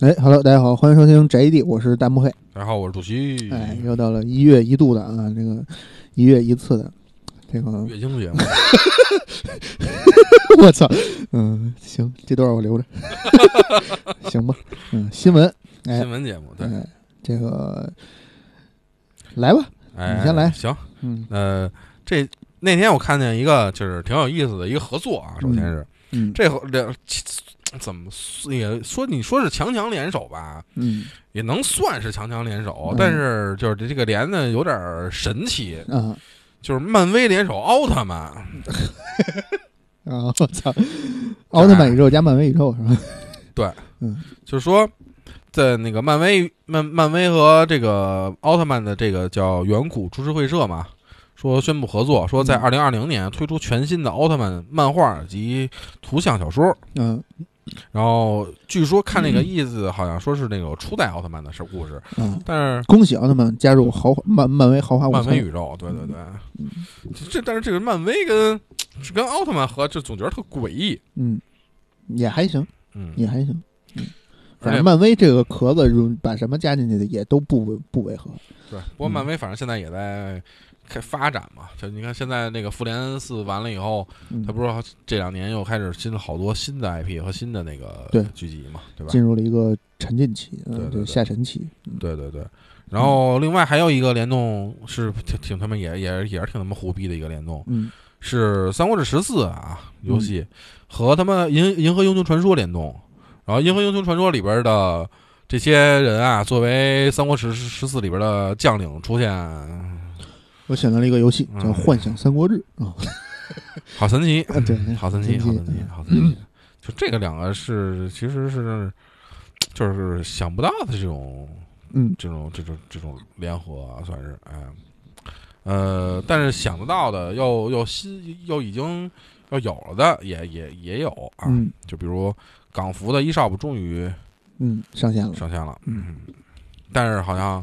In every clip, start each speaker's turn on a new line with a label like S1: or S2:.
S1: 哎，Hello，大家好，欢迎收听宅地，我是大木黑。
S2: 大家好，我是主席。
S1: 哎，又到了一月一度的啊，这个一月一次的这个，
S2: 月经节目，
S1: 我操，嗯，行，这段我留着， 行吧，嗯，新闻，哎
S2: 新闻节目，对，
S1: 哎，这个来吧，
S2: 哎，
S1: 你先来
S2: 行，
S1: 嗯
S2: 呃，这那天我看见一个就是挺有意思的一个合作啊，首先是
S1: 嗯
S2: 这合这怎么说也说你说是强强联手吧，
S1: 嗯
S2: 也能算是强强联手
S1: 嗯，
S2: 但是就是这个联呢有点儿神奇，
S1: 啊
S2: 就是漫威联手奥特曼，
S1: 啊，我操，奥特曼宇宙加漫威宇宙是吧？
S2: 就是说。在那个漫威漫漫威和这个奥特曼的这个叫远古株式会社嘛，说宣布合作，说在
S1: 嗯
S2: 二零二零年推出全新的奥特曼漫画及图像小说。
S1: 嗯
S2: 然后据说看那个意思，好像说是那个初代奥特曼的事故事，
S1: 嗯，
S2: 但是
S1: 恭喜奥特曼加入豪华漫漫威豪华午
S2: 漫威
S1: 餐，
S2: 宇宙，对对对，这但是这个漫威跟跟奥特曼合，就总觉得特诡异，
S1: 嗯，也还行，
S2: 嗯，
S1: 也还行。
S2: 而
S1: 反
S2: 且
S1: 正漫威这个壳子，如把什么加进去的也都不违不违和。
S2: 对，不过漫威反正现在也在开发展嘛，就你看现在那个复联四完了以后，
S1: 嗯
S2: 它，不是这两年又开始新的好多新的 IP 和新的那个
S1: 对
S2: 剧集嘛，对吧？
S1: 进入了一个沉浸期，嗯，
S2: 对对
S1: 就是
S2: 对
S1: 下沉期。嗯，
S2: 对对对，然后另外还有一个联动是挺挺他们也也也是挺他妈胡逼的一个联动，
S1: 嗯
S2: 是《三国志十四》啊
S1: 嗯
S2: 游戏和他们《银银河英雄传说》联动，然后《银河英雄传说》里边的这些人啊，作为《三国十十四》里边的将领出现，
S1: 我选择了一个游戏叫《
S2: 嗯
S1: 幻想三国志》啊，
S2: 好神奇，
S1: 对，
S2: 好神奇，好神
S1: 嗯
S2: 奇，好神奇！就这个两个是其实是就是想不到的这种
S1: 嗯
S2: 这种这种这种联合啊，算是哎，呃，但是想得到的又又新又已经要有了的也也也有啊，
S1: 嗯
S2: 就比如港服的 eShop 终于
S1: 嗯，上线了。
S2: 上线了，
S1: 嗯，
S2: 但是好像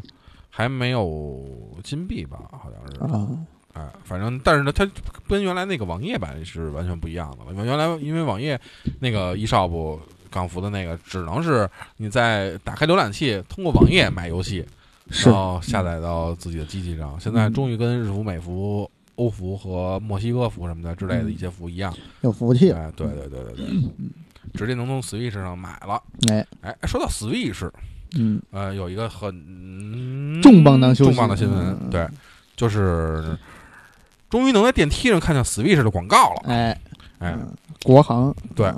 S2: 还没有金币吧，好像是，
S1: 啊，
S2: 哎，反正但是呢，它跟原来那个网页版是完全不一样的了。原来因为网页那个 eShop 港服的那个，只能是你在打开浏览器，通过网页买游戏，
S1: 是
S2: 然，后下载到自己的机器上。现在终于跟日服、美服、欧服和墨西哥服什么的之类的一些服一样，
S1: 有服务器了。
S2: 哎，对对对对对，直接能从 Switch 上买了。
S1: 哎，
S2: 哎，说到 Switch，
S1: 嗯
S2: 呃，有一个很
S1: 重磅当休息
S2: 重磅的新
S1: 嗯嗯
S2: 闻，对，就是终于能在电梯上看见 Switch 的广告了。
S1: 哎，
S2: 哎，
S1: 嗯国行
S2: 对
S1: 啊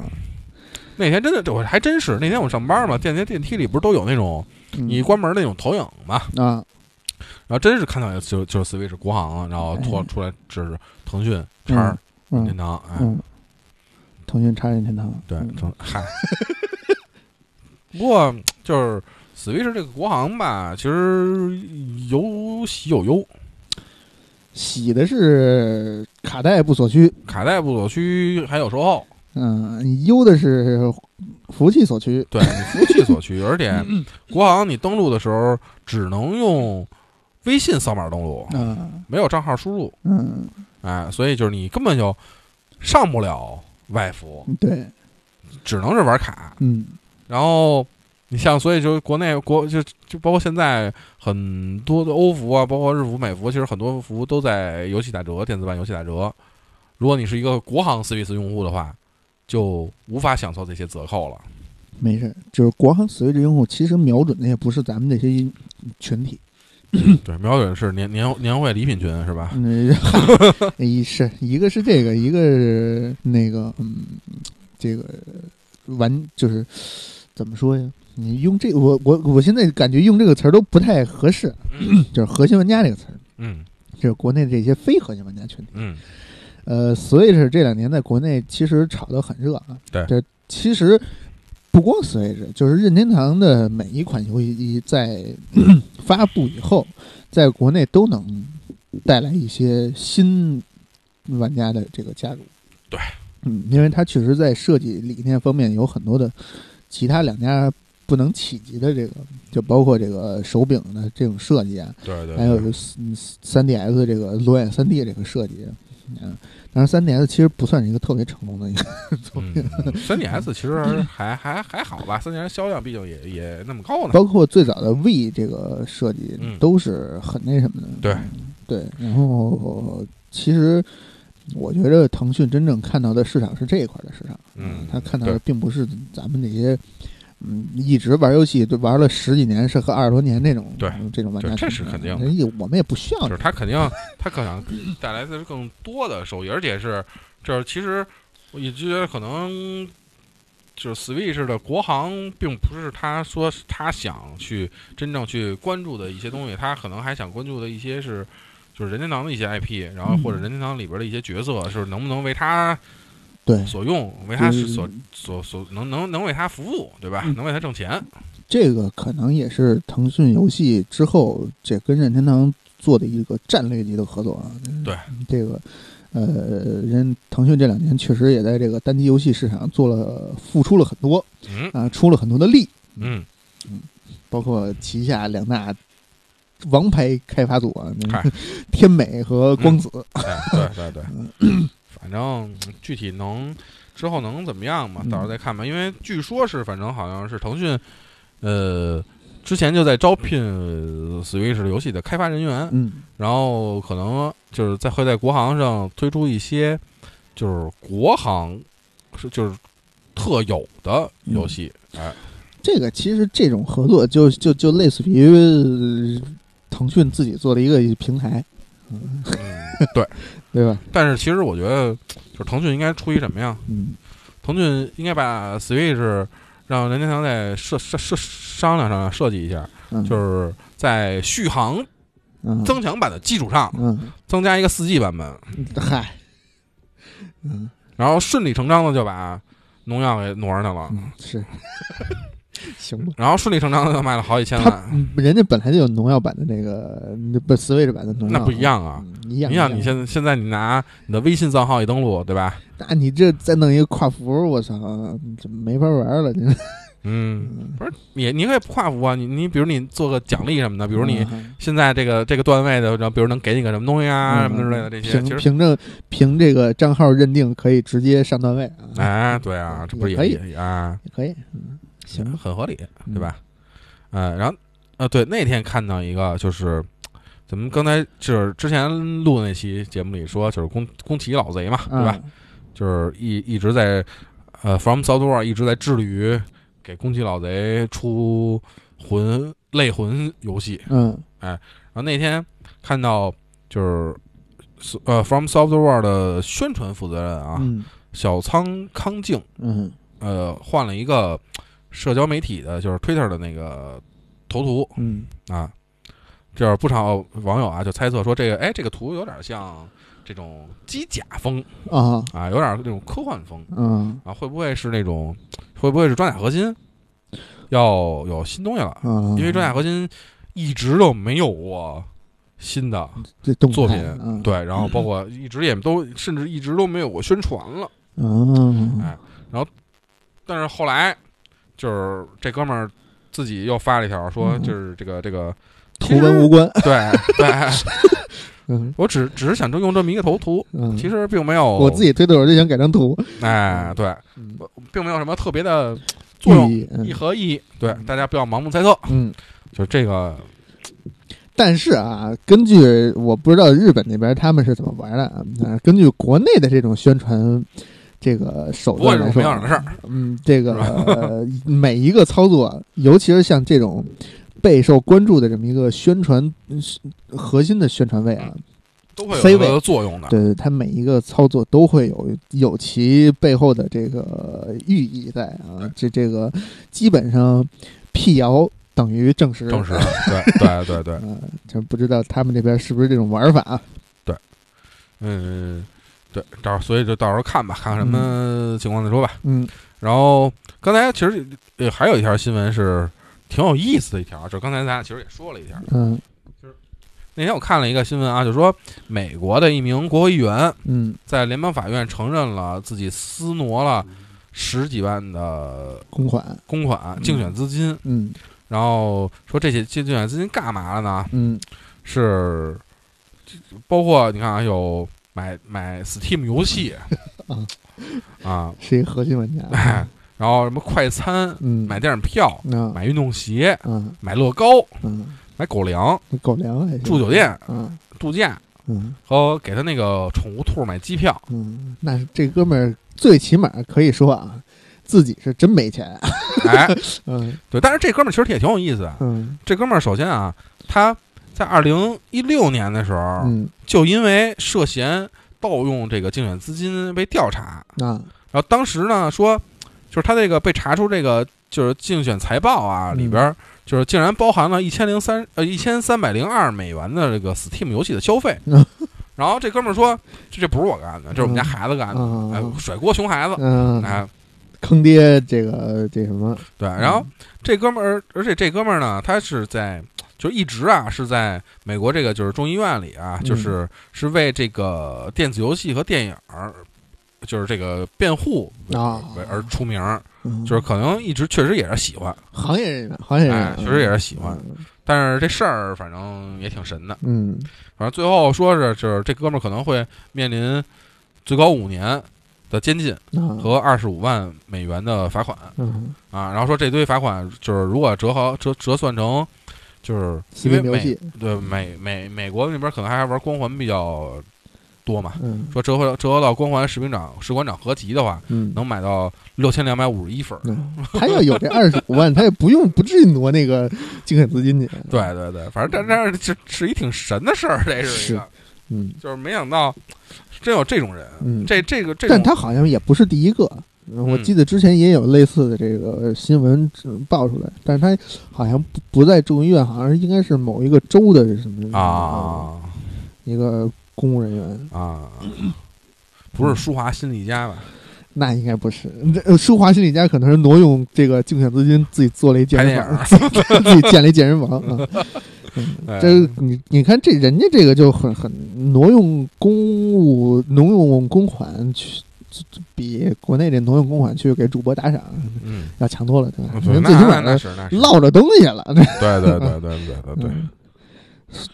S2: 那天真的，我还真是那天我上班嘛，电梯电梯里不是都有那种
S1: 嗯
S2: 你关门那种投影嘛，
S1: 啊，
S2: 然后真是看到就就是 Switch 国行，然后拖出来这是腾讯叉儿任天
S1: 哎嗯
S2: 堂，哎，
S1: 嗯，腾讯插任天堂，
S2: 对
S1: 嗯，
S2: 腾嗨。不过就是 Switch 这个国行吧，其实有喜有忧，
S1: 洗的是卡带不所需，
S2: 卡带不所需，还有售后。
S1: 嗯，优的是服务器所需，
S2: 对你服务器所需，而且国行你登录的时候只能用微信扫码登录，
S1: 嗯
S2: 没有账号输入，
S1: 嗯，
S2: 哎，所以就是你根本就上不了外服，
S1: 对，
S2: 只能是玩卡。
S1: 嗯
S2: 然后你像，所以就国内国就就包括现在很多的欧服啊，包括日服、美服，其实很多服都在游戏打折，电子版游戏打折。如果你是一个国行 Switch 用户的话，就无法享受这些折扣了。
S1: 没事，就是国行 Switch 用户其实瞄准的也不是咱们这些音群体，
S2: 对，瞄准是年年年会礼品群是吧？
S1: 嗯，一是一个是这个，一个是那个，嗯，这个玩就是怎么说呀？你用这我我我现在感觉用这个词儿都不太合适，就是核心玩家这个词儿，
S2: 嗯
S1: 就是国内这些非核心玩家群体。
S2: 嗯，
S1: 呃，Switch 这两年在国内其实炒得很热啊。
S2: 对
S1: 这其实不光 Switch，就是任天堂的每一款游戏在发布以后，在国内都能带来一些新玩家的这个加入。
S2: 对，
S1: 嗯，因为它确实在设计理念方面有很多的其他两家不能企及的这个，就包括这个手柄的这种设计啊，
S2: 对对，
S1: 还有三 DS 这个裸眼三 D 这个设计，嗯，但是三 DS 其实不算是一个特别成功的 一个作品，
S2: 嗯三 DS 其实还还还好吧，三 DS 销量毕竟也也那么高呢。
S1: 包括最早的 V 这个设计
S2: 嗯
S1: 都是很那什么的。
S2: 对
S1: 对，然后其实我觉得腾讯真正看到的市场是这一块的市场，
S2: 嗯
S1: 他看到的并不是咱们这些。嗯，一直玩游戏都玩了十几年，是和二十多年那种
S2: 对
S1: 这种玩家
S2: 对
S1: 群体，
S2: 这是肯定的
S1: 人家我们也不需要
S2: 就是他肯定他可想带来的是更多的收益，而且是这其实我也觉得可能就是 Switch 的国行并不是他说是他想去真正去关注的一些东西，他可能还想关注的一些是就是任天堂的一些 IP，然后
S1: 嗯
S2: 或者任天堂里边的一些角色是能不能为他
S1: 对
S2: 所用，为他是所所所能能能为他服务，对吧？
S1: 嗯
S2: 能为他挣钱，
S1: 这个可能也是腾讯游戏之后这跟任天堂做的一个战略级的合作啊。
S2: 对
S1: 这个，呃，人腾讯这两年确实也在这个单机游戏市场做了付出了很多
S2: 嗯
S1: 啊、出了很多的力，
S2: 嗯，
S1: 包括旗下两大王牌开发组啊，那
S2: 嗨
S1: 天美和光子。
S2: 哎对对对，
S1: 嗯
S2: 反正具体能之后能怎么样嘛，
S1: 嗯
S2: 到时候再看吧。因为据说是，反正好像是腾讯，呃，之前就在招聘呃 Switch 游戏的开发人员，
S1: 嗯
S2: 然后可能就是在会在国行上推出一些就是国行是就是特有的
S1: 嗯
S2: 游戏，哎，
S1: 这个其实这种合作就就就类似于呃腾讯自己做的一个平台，
S2: 嗯，对。
S1: 对吧？
S2: 但是其实我觉得，就是腾讯应该出于什么呀？
S1: 嗯
S2: 腾讯应该把 Switch 让任天堂再设设设商量商量设计一下，
S1: 嗯，
S2: 就是在续航
S1: 嗯
S2: 增强版的基础上
S1: 嗯，
S2: 增加一个四 G 版本，
S1: 嗨，嗯
S2: 然后顺理成章的就把农药给挪上去了，
S1: 嗯 是，行吧。
S2: 然后顺理成章的就卖了好几千
S1: 他
S2: 万，
S1: 嗯人家本来就有农药版的那个，不 Switch 版的农药，
S2: 那不一样啊。
S1: 嗯，一样
S2: 你
S1: 一
S2: 想，你
S1: 样。
S2: 现在现在你拿你的微信账号一登录，对吧？
S1: 那你这再弄一个跨服，我操，这没法玩了。这
S2: 嗯，不是你，你可以跨服啊。你你比如你做个奖励什么的，比如你
S1: 嗯
S2: 现在这个这个段位的，然后比如能给你个什么东西啊什么之类的这
S1: 嗯
S2: 些，
S1: 凭
S2: 其实
S1: 凭证凭这个账号认定可以直接上段位啊，
S2: 哎，对啊，这不是
S1: 也可以
S2: 也啊，
S1: 也可以，嗯，行吧，
S2: 很合理，
S1: 嗯
S2: 对吧？呃，然后呃，对，那天看到一个就是。咱们刚才就是之前录的那期节目里说，就是宫宫崎老贼嘛，对吧？
S1: 嗯？
S2: 就是一一直在呃，From Software 一直在致力于给宫崎老贼出魂类魂游戏。
S1: 嗯
S2: 然后那天看到就是呃，From Software 的宣传负责人啊，
S1: 嗯
S2: 小仓康敬，
S1: 嗯
S2: 呃，换了一个社交媒体的，就是 Twitter 的那个头图
S1: 嗯
S2: 啊，就是不少网友啊就猜测说这个，哎，这个图有点像这种机甲风
S1: 啊
S2: 啊，有点这种科幻风
S1: 嗯
S2: 啊，会不会是那种，会不会是装甲核心要有新东西了？
S1: 嗯，
S2: 因为装甲核心一直都没有过新的
S1: 这动
S2: 作品
S1: 态嗯，
S2: 对，然后包括一直也都甚至一直都没有过宣传了。
S1: 嗯
S2: 哎但是后来就是这哥们儿自己又发了一条说，
S1: 嗯
S2: 就是这个这个
S1: 图文无关，
S2: 对对，
S1: 嗯
S2: 我只只是想用这么一个头图，
S1: 嗯，
S2: 其实哦并没有
S1: 我自己推特我就想改成图，
S2: 哎对，
S1: 嗯
S2: 并没有什么特别的作用
S1: 寓意嗯
S2: 意和意义，对大家不要盲目猜测，
S1: 嗯，
S2: 就是这个
S1: 但是啊，根据我不知道日本那边他们是怎么玩的啊，呃根据国内的这种宣传这个手
S2: 不过
S1: 段
S2: 是
S1: 来说
S2: 种没样的事儿，
S1: 嗯，这个、呃、 每一个操作，尤其是像这种备受关注的这么一个宣传嗯是核心的宣传位啊，
S2: 嗯都会有
S1: C
S2: 它
S1: 位
S2: 的作用的。
S1: 对它每一个操作都会有有其背后的这个寓意在啊，这这个基本上辟谣等于证实，
S2: 正是，对对对对，
S1: 嗯，这不知道他们这边是不是这种玩法啊？
S2: 嗯，对，到所以就到时候看吧，看看什么情况再说吧。
S1: 嗯
S2: 然后刚才其实呃还有一条新闻是挺有意思的一条，就是刚才咱俩其实也说了一条。
S1: 嗯
S2: 那天我看了一个新闻啊，就说美国的一名国会议员
S1: 嗯，
S2: 在联邦法院承认了自己私挪了十几万的
S1: 公款，
S2: 公款竞选资金，
S1: 嗯
S2: 然后说这些竞选资金干嘛了呢？
S1: 嗯
S2: 是包括你看啊，有买买 Steam 游戏
S1: 啊
S2: 啊，
S1: 是一个核心玩家。啊
S2: 哎，然后什么快餐、
S1: 嗯，
S2: 买电影票、
S1: 啊
S2: 买运动鞋、
S1: 啊
S2: 买乐高、
S1: 啊，
S2: 买狗粮、
S1: 狗粮还行
S2: 住酒店、
S1: 啊
S2: 度假
S1: 嗯
S2: 和给他那个宠物兔买机票。
S1: 嗯，那是这哥们儿最起码可以说啊，自己是真没钱。啊
S2: 哎，
S1: 嗯
S2: 对，但是这哥们儿其实也挺有意思的。
S1: 嗯
S2: 这哥们儿首先啊，他在二零一六年的时候，
S1: 嗯
S2: 就因为涉嫌盗用这个竞选资金被调查。
S1: 啊
S2: 然后当时呢说，就是他这个被查出这个就是竞选财报啊
S1: 嗯
S2: 里边儿，就是竟然包含了一千零三呃一千三百零二美元的这个 Steam 游戏的消费
S1: 嗯。
S2: 然后这哥们儿说，这这不是我干的，这是我们家孩子干的，
S1: 啊
S2: 哎，甩锅熊孩子。
S1: 嗯，
S2: 哎，
S1: 坑爹这个这什么？
S2: 对，然后这哥们儿，而且这哥们儿呢，他是在就一直啊是在美国这个就是众议院里啊，
S1: 嗯
S2: 就是是为这个电子游戏和电影儿，就是这个辩护为
S1: 啊
S2: 为而出名儿，
S1: 嗯
S2: 哎就是可能一直确实也是喜欢，
S1: 行业人员，行业人
S2: 哎
S1: 员，
S2: 确实也是喜欢，
S1: 嗯
S2: 但是这事儿反正也挺神的，
S1: 嗯
S2: 反正最后说是就是这哥们儿可能会面临最高五年的监禁
S1: 啊
S2: 和二十五万美元的罚款。
S1: 嗯
S2: 啊，然后说这堆罚款就是如果折合折折算成，就是因为
S1: ，Steam 游
S2: 美
S1: 戏，
S2: 对美美美国那边可能还玩光环比较多嘛，
S1: 嗯
S2: 说折合折合到光环士兵长士官长合集的话，
S1: 嗯。
S2: 能买到六千两百五十一分儿。
S1: 嗯他要有这二十五万，他也不用不至于挪那个竞选资金去。
S2: 对，对
S1: 嗯
S2: 对，反正这这样是是一挺神的事儿，这是一个，
S1: 嗯
S2: 就是没想到真有这种人，
S1: 嗯，
S2: 这这个这种
S1: 但他好像也不是第一个。嗯我记得之前也有类似的这个新闻嗯爆出来，但是他好像不不在众议院，好像应该是某一个州的什么
S2: 啊
S1: 一个公务人员，
S2: 啊，不是舒华心理家 吧？
S1: 那应该不是。 这呃舒华心理家可能是挪用这个竞选资金自己做了一健
S2: 拍
S1: 身 房，
S2: 电影儿，
S1: 自己建了一健身房啊。嗯
S2: 哎
S1: 这你你看这人家这个就很很挪用公务挪用公款去，比国内这挪用公款去给主播打赏
S2: 嗯，
S1: 要强多了，对吧？
S2: 对
S1: 人
S2: 那
S1: 最起
S2: 那
S1: 码
S2: 那是那嗯是，
S1: 落着东西了，对
S2: 对对对对对对对。
S1: 嗯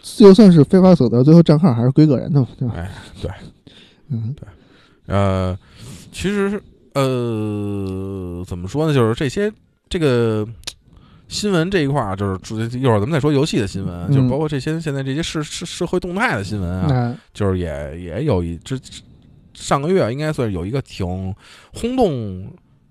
S1: 就算是非法所得，最后账号还是归个人的嘛，对吧？
S2: 哎，对，
S1: 嗯
S2: 呃，其实呃，怎么说呢？就是这些这个新闻这一块儿，啊就是主一会儿咱们再说游戏的新闻，啊
S1: 嗯
S2: 就是包括这些现在这些社社社会动态的新闻啊，
S1: 那
S2: 就是也也有一之上个月应该算是有一个挺轰动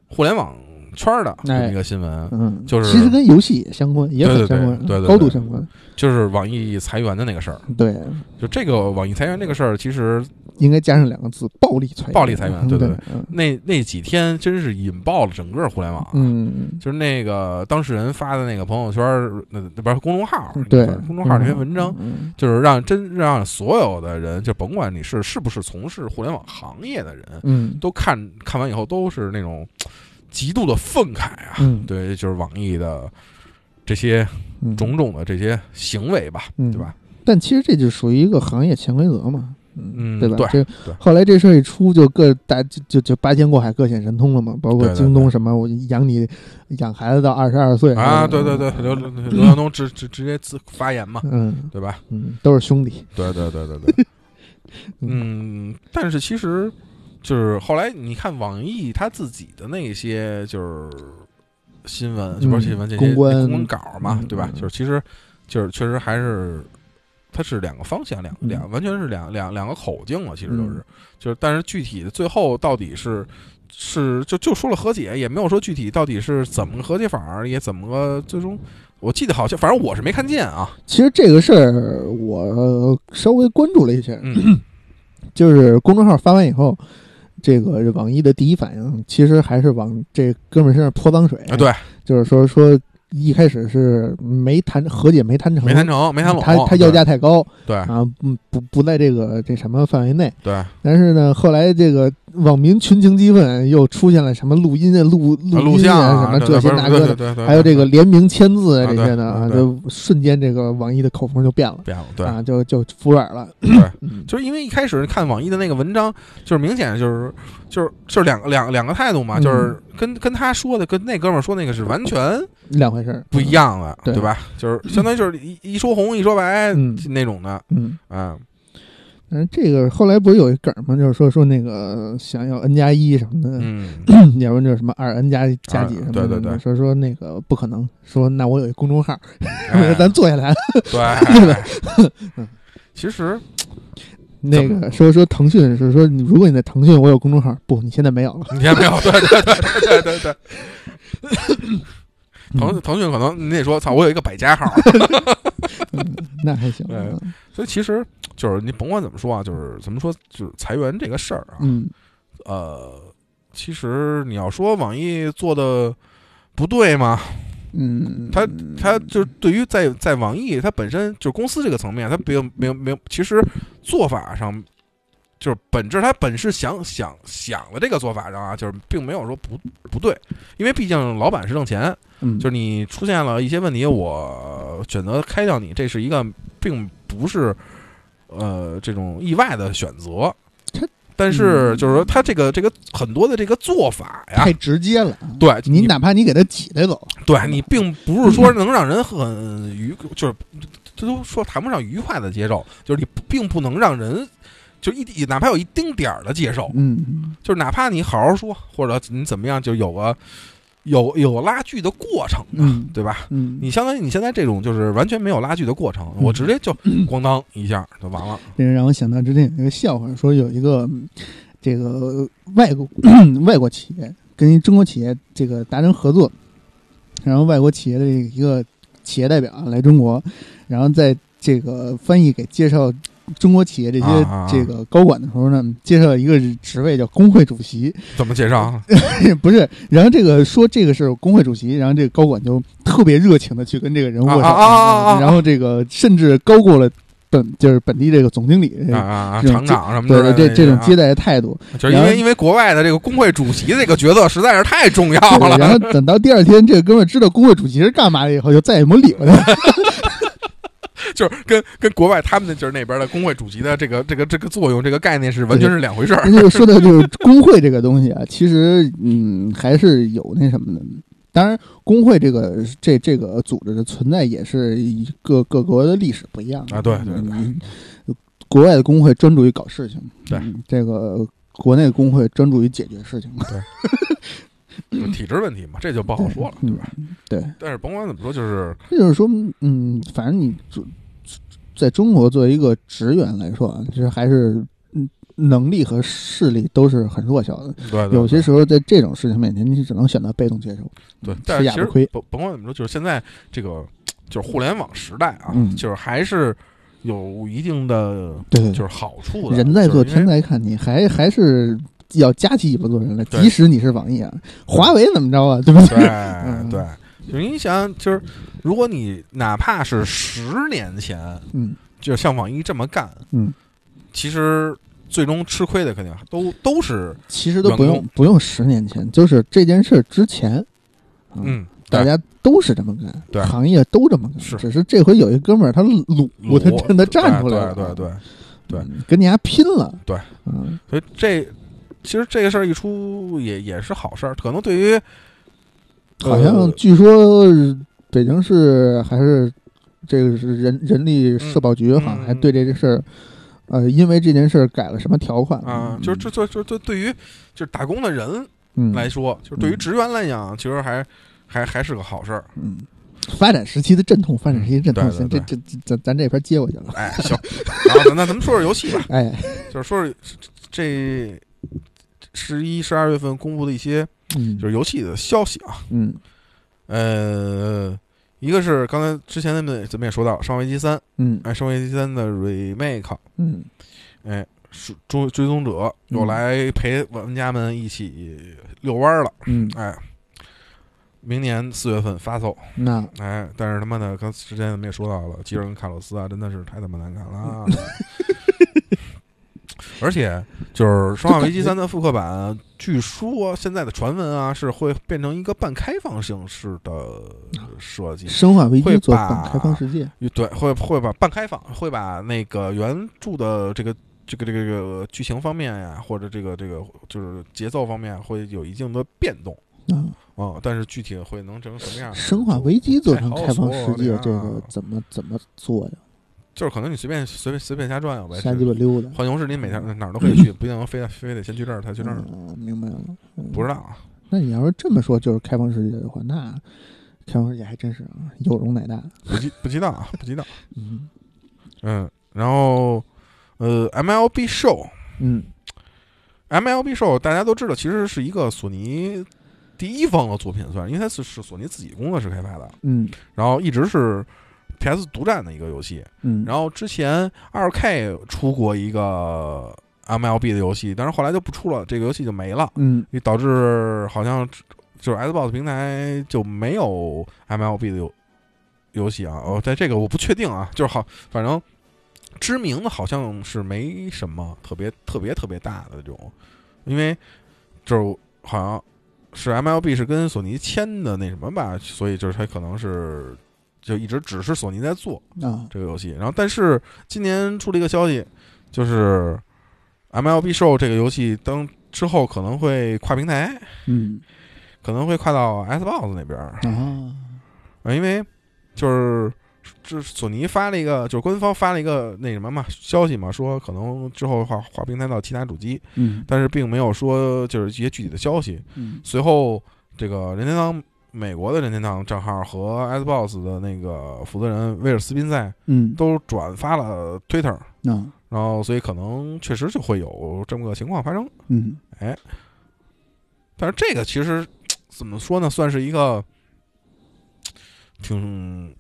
S2: 互联网圈儿的这么一个新闻，
S1: 嗯，
S2: 就是
S1: 其实跟游戏也相关，也很
S2: 对对对
S1: 相关，
S2: 对对对
S1: 高度相关。
S2: 就是网易裁员的那个事儿。
S1: 对，
S2: 就这个网易裁员这个事儿，其实
S1: 应该加上两个字：暴力裁员。
S2: 暴力裁员
S1: 嗯
S2: 对
S1: 对
S2: 对
S1: 嗯
S2: 那那几天真是引爆了整个互联网。啊
S1: 嗯，
S2: 就是那个当事人发的那个朋友圈儿，那那边公众号儿，
S1: 对，
S2: 啊公众号儿那篇文章，
S1: 嗯，
S2: 就是让真让所有的人，就甭管你是是不是从事互联网行业的人，
S1: 嗯
S2: 都看看完以后都是那种极度的愤慨啊！
S1: 嗯，
S2: 对，就是网易的这些
S1: 嗯，
S2: 种种的这些行为吧，
S1: 嗯
S2: 对吧？
S1: 但其实这就属于一个行业潜规则嘛，
S2: 嗯
S1: 对吧？
S2: 对
S1: 这
S2: 对
S1: 后来这事儿一出，就各大就就就八仙过海，各显神通了嘛。包括
S2: 对对
S1: 京东
S2: 对
S1: 什么，我养你养孩子到二十二岁
S2: 啊，对对对，刘刘 刘强东直直直接自发言嘛，
S1: 嗯
S2: 对吧？
S1: 嗯，都是兄弟，
S2: 对对对对对， 嗯，但是其实就是后来你看网易他自己的那些就是新闻，
S1: 嗯
S2: 就不是新闻这些
S1: 公关
S2: 那公稿嘛
S1: 嗯，
S2: 对吧？
S1: 嗯
S2: 就是其实就是确实还是它是两个方向，两
S1: 嗯
S2: 两完全是两两两个口径了，其实都是
S1: 嗯
S2: 就是，但是具体的最后到底是。是，就就说了和解，也没有说具体到底是怎么个和解法儿，也怎么个最终，我记得好像，反正我是没看见啊。
S1: 其实这个事儿我呃稍微关注了一下，
S2: 嗯，
S1: 就是公众号发完以后，这个网易的第一反应其实还是往这哥们儿身上泼脏水
S2: 啊，，对，
S1: 就是说说一开始是没谈和解没谈成，
S2: 没谈成，没谈
S1: 嗯
S2: 拢，哦
S1: 他他要价太高
S2: 对
S1: 啊，不不不在这个这什么范围内。
S2: 对，
S1: 但是呢，后来这个网民群情激愤，又出现了什么录音啊、录
S2: 啊
S1: 录音
S2: 像
S1: 啊、
S2: 啊
S1: 什么这
S2: 对
S1: 些
S2: 对
S1: 那
S2: 对
S1: 个
S2: 对
S1: 的，
S2: 对对，
S1: 还有这
S2: 对
S1: 个联名签字啊
S2: 啊
S1: 这些的啊，
S2: 对对
S1: 就瞬间这个网易的口风就变了
S2: 变了，对，
S1: 啊，就就服软了。
S2: 对
S1: 嗯
S2: 就是因为一开始看网易的那个文章，就是明显就是就是就是两个两个两个态度嘛，
S1: 嗯
S2: 就是跟跟他说的跟那哥们儿说那个是完全
S1: 两回事儿，
S2: 不一样的，
S1: 嗯对
S2: 对吧？就是相当于就是一一说红一说白
S1: 嗯
S2: 那种的，
S1: 嗯。
S2: 嗯，
S1: 嗯，这个后来不是有一梗儿吗？就是说说那个想要 n 加一什么的，
S2: 嗯，
S1: 要不然就是什么二 n 加加几什么的，
S2: 对对对
S1: 说说那个不可能，说那我有一公众号，
S2: 哎
S1: 咱嗯坐下来，
S2: 对， 其实
S1: 那个说说腾讯是说你，如果你在腾讯，我有公众号，不，你现在没有了。
S2: 你听没有？对对对对对对，
S1: 嗯
S2: 腾腾讯可能你得说，操，我有一个百家号，
S1: 嗯那还行，啊
S2: 哎所以其实就是你甭管怎么说啊，就是怎么说，就是裁员这个事儿啊，
S1: 嗯
S2: 呃，其实你要说网易做的不对吗？
S1: 嗯，
S2: 他它就是对于在在网易它本身就是公司这个层面，它并没有没有，其实做法上就是本质，它本是想想想的这个做法上啊，就是并没有说不不对，因为毕竟老板是挣钱，
S1: 嗯
S2: 就是你出现了一些问题，我选择开掉你，这是一个并不是呃这种意外的选择
S1: 它。
S2: 但是
S1: 嗯
S2: 就是说，他这个这个很多的这个做法呀
S1: 太，直接了啊。
S2: 对
S1: 你哪怕你给他起来走，
S2: 对你并不是说能让人很愉，就是这都说谈不上愉快的接受，就是你不并不能让人就一哪怕有一丁点儿的接受，
S1: 嗯
S2: 就是哪怕你好好说，或者你怎么样，就有个有有拉锯的过程啊，
S1: 嗯
S2: 对吧？
S1: 嗯，
S2: 你相当于你现在这种就是完全没有拉锯的过程，
S1: 嗯
S2: 我直接就咣当一下就完了。
S1: 这让我想到之前有一个笑话，说有一个嗯这个外国 外国企业跟一中国企业这个达成合作，然后外国企业的一个企业代表啊来中国，然后在这个翻译给介绍中国企业这些
S2: 啊啊啊
S1: 这个高管的时候呢，介绍一个职位叫工会主席，
S2: 怎么介绍啊？
S1: 不是，然后这个说这个是工会主席，然后这个高管就特别热情的去跟这个人握手，
S2: 啊啊啊啊啊
S1: 然后这个甚至高过了本就是本地这个总经理。
S2: 啊啊啊！
S1: 这种
S2: 厂长什么
S1: 对
S2: 的，
S1: 对，这这种接待的态 度，
S2: 啊就是因
S1: 然
S2: 为
S1: 后
S2: 因为国外的这个工会主席这个角色实在是太重要
S1: 对
S2: 了。
S1: 然后等到第二天，这个哥们儿知道工会主席是干嘛了以 后，就再也没理过他。
S2: 就是跟跟国外他们的就是那边的工会主席的这个这个这个作用这个概念是完全是两回事儿。
S1: 就是说的就是 工会这个东西啊，其实嗯还是有那什么的。当然，工会这个这这个组织的存在也是一个各国的历史不一样
S2: 啊对对对
S1: 嗯国外的工会专注于搞事情，
S2: 对
S1: 嗯这个国内的工会专注于解决事情，
S2: 体制问题嘛，这就不好说了，对吧？
S1: 嗯对，
S2: 但是甭管怎么说，就是
S1: 这就是说，嗯，反正你做在中国作为一个职员来说啊，其实还是嗯能力和势力都是很弱小的。
S2: 对对
S1: 有些时候在这种事情面前，你只能选择被动接受，
S2: 对
S1: 嗯，
S2: 但
S1: 吃
S2: 是
S1: 哑
S2: 其
S1: 巴
S2: 实
S1: 亏。
S2: 甭甭管怎么说，就是现在这个就是互联网时代啊，
S1: 嗯
S2: 就是还是有一定的
S1: 对对
S2: 就
S1: 对，
S2: 是好处的。
S1: 人在做
S2: 就是
S1: 天
S2: 因为
S1: 在看，你还还是要夹起尾巴做人来。
S2: 对
S1: 即使你是网易啊，华为怎么着啊，对不对？嗯
S2: 对对，就是你想想，就是如果你哪怕是十年前，
S1: 嗯
S2: 就像网易这么干，
S1: 嗯，
S2: 其实最终吃亏的肯定都都是
S1: 其实都不
S2: 员
S1: 用
S2: 工
S1: 不用十年前，就是这件事儿之前，啊，
S2: 嗯，
S1: 大
S2: 对
S1: 家都是这么干，
S2: 对
S1: 行业都这么干，
S2: 是
S1: 只是这回有一哥们儿他鲁，他
S2: 裸
S1: 真的站出来了，
S2: 对对对对，对
S1: 嗯跟你家拼了，
S2: 对，
S1: 嗯，
S2: 所以这其实这个事儿一出也也是好事儿，可能对于
S1: 好像
S2: 呃
S1: 据说北京市还是这个是人人力社保局，
S2: 嗯
S1: 好像
S2: 嗯
S1: 还对这个事儿，呃，因为这件事儿改了什么条款
S2: 啊、
S1: 嗯
S2: 就是这这这这对于就是打工的人
S1: 嗯
S2: 来说，就是对于职员来讲，其实还还还是个好事儿。
S1: 嗯，发展时期的阵痛，发展时期的阵痛，
S2: 嗯对对
S1: 这
S2: 对
S1: 这这咱咱这边接过去了，
S2: 哎，行，然后那咱们说说游戏吧，
S1: 哎，
S2: 就是说说这十一、十二月份公布的一些
S1: 嗯，
S2: 就是游戏的消息啊，
S1: 嗯
S2: 呃。一个是刚才之前咱们咱们也说到《生化危机三》，
S1: 嗯
S2: 哎，《生化危机三》的 remake，
S1: 嗯
S2: 哎，是追追踪者又
S1: 嗯
S2: 来陪玩家们一起遛弯儿了。
S1: 嗯，
S2: 哎，明年四月份发售。
S1: 那
S2: 哎，但是他妈的，刚之前咱们也说到了，吉尔跟卡洛斯啊，真的是太他妈难看了啊。
S1: 嗯
S2: 而且就是《生化危机三》的复刻版，据说现在的传闻啊是会变成一个半开放形式的设计
S1: 《生化危机
S2: 会》
S1: 做
S2: 把
S1: 反开放世界，
S2: 对，会会把半开放，会把那个原著的这个这个这个这个剧情方面呀，或者这个这个就是节奏方面会有一定的变动
S1: 啊。
S2: 啊、但是具体会能成什么样？
S1: 生化危机做成开放世界，
S2: 太
S1: 这
S2: 好说了
S1: 个怎么怎么做呀？
S2: 就是可能你随便随便随便瞎转悠呗。
S1: 瞎鸡巴溜达。
S2: 浣熊市你每天哪儿都可以去，不一定非非得先去这儿才去那儿，
S1: 嗯，明白了。嗯
S2: 不知道啊。
S1: 那你要是这么说，就是开放世界的话，那开放世界还真是啊，有容乃大。
S2: 不记不记得啊，不记得。
S1: 嗯
S2: 嗯，然后呃，MLB Show，MLB
S1: 嗯
S2: Show 大家都知道，其实是一个索尼第一方的作品，算是，因为它是是索尼自己工作室开发的，
S1: 嗯
S2: 然后一直是 PS 独占的一个游戏。
S1: 嗯，
S2: 然后之前二 K 出过一个 MLB 的游戏，但是后来就不出了，这个游戏就没了，
S1: 嗯
S2: 也导致好像就是 Xbox 平台就没有 MLB 的游游戏啊。哦，在这个我不确定啊，就是好，反正知名的好像是没什么特别特别特别大的这种，因为就是好像是 MLB 是跟索尼签的那什么吧，所以就是它可能是就一直只是索尼在做。
S1: 啊，
S2: 这个游戏。然后，但是今年出了一个消息，就是 MLB Show 这个游戏当之后可能会跨平台，
S1: 嗯
S2: 可能会跨到 Xbox 那边儿，
S1: 啊，
S2: 呃因为就是。这索尼发了一个，就是官方发了一个那什么嘛消息嘛，说可能之后划划平台到其他主机，
S1: 嗯
S2: 但是并没有说就是一些具体的消息。
S1: 嗯
S2: 随后，这个任天堂美国的任天堂账号和 Xbox 的那个负责人威尔斯宾塞
S1: 嗯，
S2: 都转发了 Twitter，
S1: 啊
S2: 然后所以可能确实就会有这么个情况发生。
S1: 嗯
S2: 但是这个其实怎么说呢，算是一个挺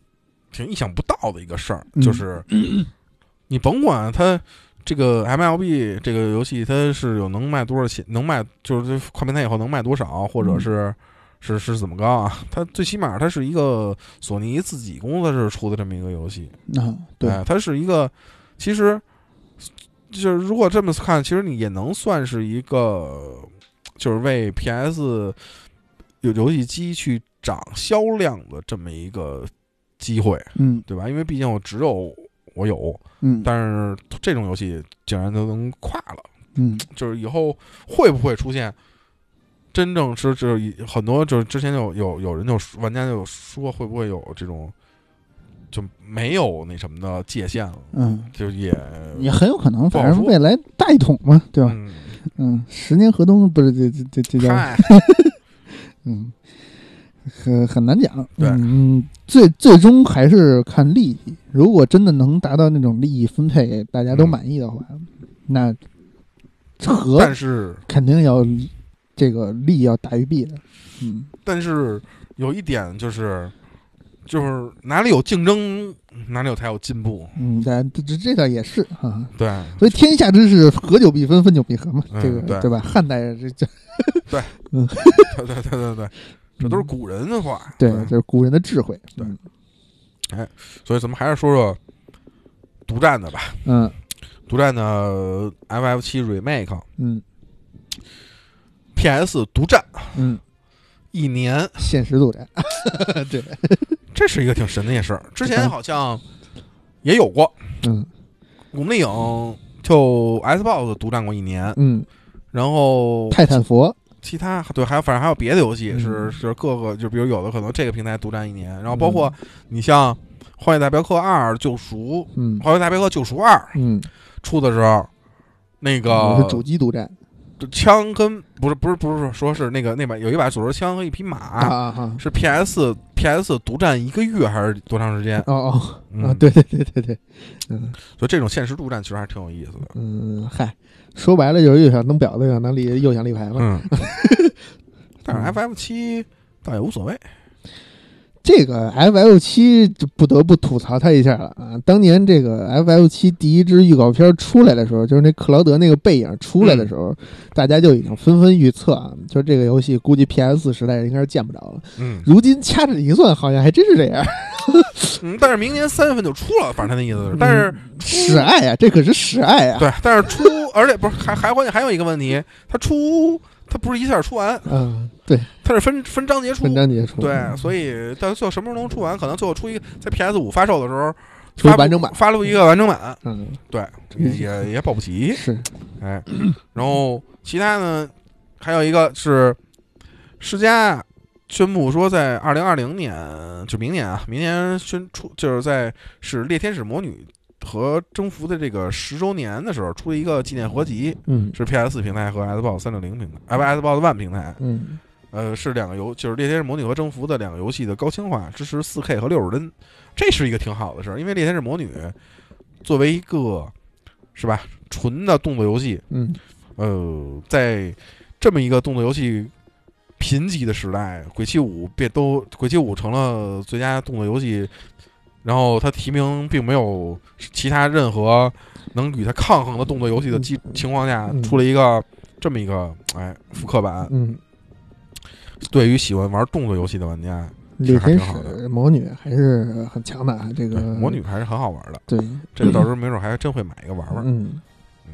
S2: 挺意想不到的一个事儿，
S1: 嗯
S2: 就是你甭管它。这个 MLB 这个游戏，它是有能卖多少钱，能卖就是这跨平台以后能卖多少，或者是是是怎么高啊？它最起码它是一个索尼自己工作室出的这么一个游戏，
S1: 啊，对，
S2: 哎它是一个，其实就是如果这么看，其实你也能算是一个，就是为 PS 有游戏机去涨销量的这么一个机会，
S1: 嗯
S2: 对吧？因为毕竟我只有我有，
S1: 嗯
S2: 但是这种游戏竟然都能跨了，
S1: 嗯
S2: 就是以后会不会出现？真正是就是以很多就是之前有有有人就说玩家就说会不会有这种就没有那什么的界限了，
S1: 嗯，
S2: 就也
S1: 也很有可能，
S2: 不好
S1: 反正
S2: 说
S1: 未来大一统嘛，对吧？
S2: 嗯，
S1: 嗯，十年河东不是这这这这叫
S2: 嗨，
S1: 嗯，很很难讲。
S2: 对
S1: 嗯，最最终还是看利益。如果真的能达到那种利益分配，大家都
S2: 嗯
S1: 满意的话，那和
S2: 但是
S1: 肯定要这个利要大于弊的。嗯
S2: 但是有一点就是，就是哪里有竞争，哪里有才有进步，
S1: 嗯，但这这这倒也是啊。
S2: 对
S1: 所以天下之事，合久必分，分久必合嘛，
S2: 嗯
S1: 这个
S2: 对
S1: 吧？汉代这这
S2: 对对对对对，这都是古人的话，
S1: 嗯对，这是古人的智慧。
S2: 对
S1: 嗯
S2: 所以咱们还是说说独占的吧，
S1: 嗯
S2: 独占的 FF 七 Remake。
S1: 嗯
S2: P.S. 独占
S1: 嗯，
S2: 一年，
S1: 现实作战， 对，
S2: 这是一个挺神的一事儿。之前好像也有过，
S1: 嗯
S2: 古墓丽影就 Xbox 独占过一年，
S1: 嗯，
S2: 然后
S1: 泰坦佛，
S2: 其他对，还有反正还有别的游戏
S1: 嗯
S2: 是是各个，就比如有的可能这个平台独占一年，然后包括你像《荒野大镖客二：救赎》
S1: 嗯
S2: 《荒野大镖客：救赎二
S1: 嗯，》
S2: 出的时候，那
S1: 我是
S2: 个
S1: 主机独占
S2: 枪跟不是不是不是说是那个那把有一把手榴枪和一匹马，
S1: 啊哈，
S2: 是 PS PS 独占一个月还是多长时间？
S1: 哦哦啊，
S2: 嗯，，
S1: 对对对对对，嗯
S2: 所以这种现实独占其实还挺有意思的。
S1: 嗯，嗨，说白了就是又想弄婊子，又想当立，又想立牌嘛。
S2: 嗯， 但是 FF 七倒也无所谓。
S1: 这个 FF 七就不得不吐槽他一下了啊！当年这个 FF 七第一支预告片出来的时候，就是那克劳德那个背影出来的时
S2: 嗯
S1: 候，大家就已经纷纷预测啊，就是这个游戏估计 PS 时代应该是见不着了。
S2: 嗯
S1: 如今掐指一算，好像还真是这样。
S2: 嗯，但是明年三月份就出了，反正他那意
S1: 嗯
S2: 思是，但是。
S1: 史爱啊，这可是史爱啊！
S2: 对，但是出，而且不是还还关键还有一个问题，它出它不是一下出完，
S1: 嗯，对，
S2: 它是分分章节出
S1: 分。章结束，
S2: 对，所以但最后什么时候能出完？可能最后出一个在 PS 五发售的时候
S1: 出
S2: 发布
S1: 完整版，
S2: 发布一个完整版，
S1: 嗯，
S2: 对，也
S1: 嗯
S2: 也也保不齐。
S1: 是，
S2: 哎，然后其他呢，还有一个是世嘉宣布说，在二零二零年，就明年啊，明年宣出就是在是《猎天使魔女》和征服的这个十周年的时候出了一个纪念合集，
S1: 嗯
S2: 是 PS 平台和 Xbox 三六零平台，哎不 Xbox One 平台，
S1: 嗯
S2: 呃，是两个游，就是《猎天使模拟》和《征服》的两个游戏的高清化，支持 4K 和六十帧，这是一个挺好的事儿。因为《猎天使魔女》作为一个是吧纯的动作游戏，
S1: 嗯
S2: 呃，在这么一个动作游戏贫瘠的时代，《鬼泣五》便都《鬼泣五》成了最佳动作游戏，然后它提名并没有其他任何能与它抗衡的动作游戏的基情况下，
S1: 嗯
S2: 出了一个这么一个哎复刻版。
S1: 嗯，
S2: 对于喜欢玩动作游戏的玩家，
S1: 猎
S2: 还挺
S1: 天
S2: 好的
S1: 使魔女还是很强大啊，这
S2: 对
S1: 个
S2: 魔女还是很好玩的。
S1: 对
S2: 这个到时候没准还真会买一个玩玩。
S1: 嗯
S2: 嗯，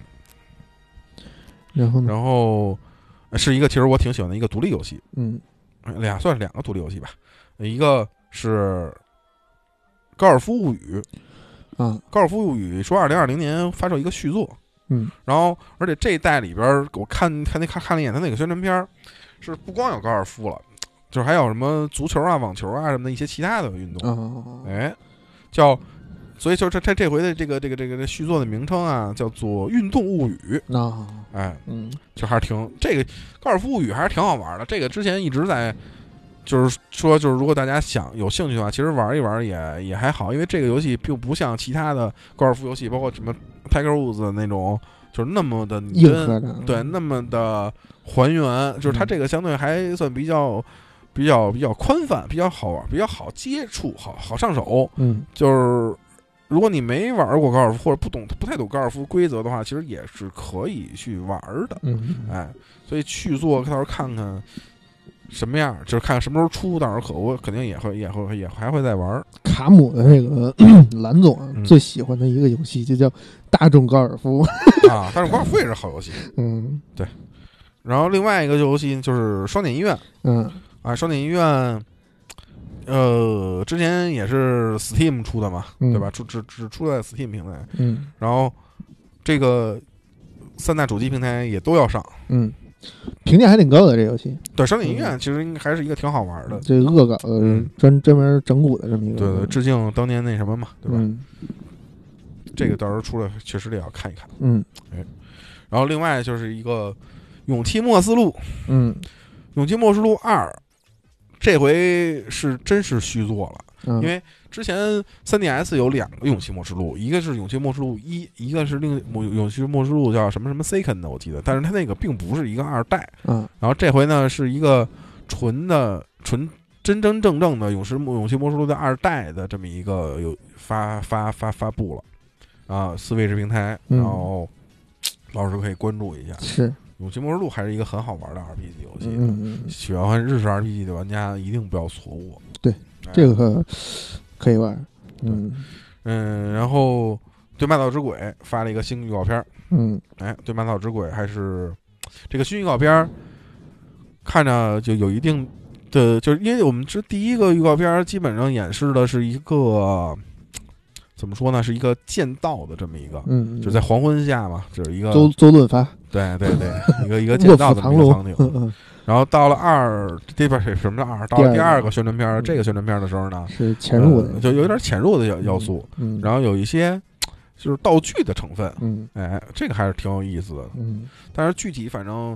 S1: 然后呢？
S2: 然后呃是一个其实我挺喜欢的一个独立游戏，
S1: 嗯
S2: 俩算是两个独立游戏吧，呃一个是《高尔夫物语》，《
S1: 啊
S2: 高尔夫物语》说二零二零年发售一个续作，
S1: 嗯，
S2: 然后而且这一代里边儿，我看看那看看了一眼他那个宣传片儿，是不光有高尔夫了，就是还有什么足球啊、网球啊什么的一些其他的运动。
S1: 啊
S2: 哎，叫，所以就这这这回的这个这个这个这续作的名称啊，叫做《运动物语》。
S1: 那
S2: 哎，
S1: 嗯
S2: 就还是挺这个高尔夫物语还是挺好玩的。这个之前一直在，就是说就是如果大家想有兴趣的话，其实玩一玩也也还好，因为这个游戏并不像其他的高尔夫游戏，包括什么 Tiger Woods 的那种，就是那么的
S1: 硬
S2: 跟
S1: 核的啊
S2: 对那么的呃还原，就是它
S1: 嗯
S2: 这个相对还算比较。比较比较宽泛，比较好玩，比较好接触，好好上手。
S1: 嗯
S2: 就是如果你没玩过高尔夫或者不懂不太懂高尔夫规则的话，其实也是可以去玩的。
S1: 嗯
S2: 哎，所以去做到时候看看什么样，就是看什么时候出，到时候可我肯定也会也会也还会再玩。
S1: 卡姆的这个 蓝总啊
S2: 嗯
S1: 最喜欢的一个游戏就叫大众高尔夫，
S2: 啊，但是高尔夫也是好游戏。
S1: 嗯
S2: 然后另外一个游戏就是双点医院
S1: 嗯
S2: 啊，双点医院。呃，之前也是 Steam 出的嘛，
S1: 嗯
S2: 对吧？出只只出在 Steam 平台，
S1: 嗯
S2: 然后这个三大主机平台也都要上，
S1: 嗯，评价还挺高的这游戏，
S2: 对，商业
S1: 嗯
S2: 影院其实应该还是一个挺好玩的。
S1: 这恶搞的
S2: 嗯
S1: 专专门整蛊的这么一个，
S2: 对对，致敬当年那什么嘛，对吧？
S1: 嗯
S2: 这个到时候出来确实得要看一看。
S1: 嗯
S2: 然后另外就是一个《勇气末世录》，《
S1: 嗯
S2: 勇气末世录二》，这回是真是续作了，
S1: 嗯，
S2: 因为之前 3DS 有两个《勇气末世录》，一个是《勇气末世录一》，一个是另《勇勇气末世录》叫什么什么 Second 的，我记得，但是它那个并不是一个二代，
S1: 啊
S2: 然后这回呢是一个纯的纯真真正正的勇士勇气魔术录的二代的这么一个有发发发发布了啊，四位置平台，
S1: 嗯
S2: 然后、老师可以关注一下《
S1: 是
S2: 勇气魔术录》，还是一个很好玩的 RPG 游戏。
S1: 嗯嗯
S2: 喜欢日式 RPG 的玩家一定不要错过。
S1: 对
S2: 哎，
S1: 这个可可以玩，嗯
S2: 嗯，然后对《麦道之鬼》发了一个新预告片儿，
S1: 嗯
S2: 哎，对《麦道之鬼》还是这个新预告片儿，看着就有一定的，就是因为我们这第一个预告片儿基本上演示的是一个怎么说呢，是一个剑道的这么一个，
S1: 嗯，
S2: 就是在黄昏下嘛，就是一个
S1: 周周润发
S2: 对对对，一个一 个剑
S1: 卧
S2: 道
S1: 虎
S2: 的这
S1: 藏
S2: 么一个
S1: 龙
S2: 场，景。
S1: 嗯
S2: 然后到了二，这边是什么叫二？到
S1: 第
S2: 了
S1: 二
S2: 第
S1: 个
S2: 二个宣传片儿，
S1: 嗯
S2: 这个宣传片儿的时候呢
S1: 嗯，，是潜入
S2: 呃
S1: 的，
S2: 就有点潜入的要要素，
S1: 嗯，
S2: 然后有一些就是道具的成分，
S1: 嗯
S2: 哎，这个还是挺有意思的。
S1: 嗯
S2: 但是具体反正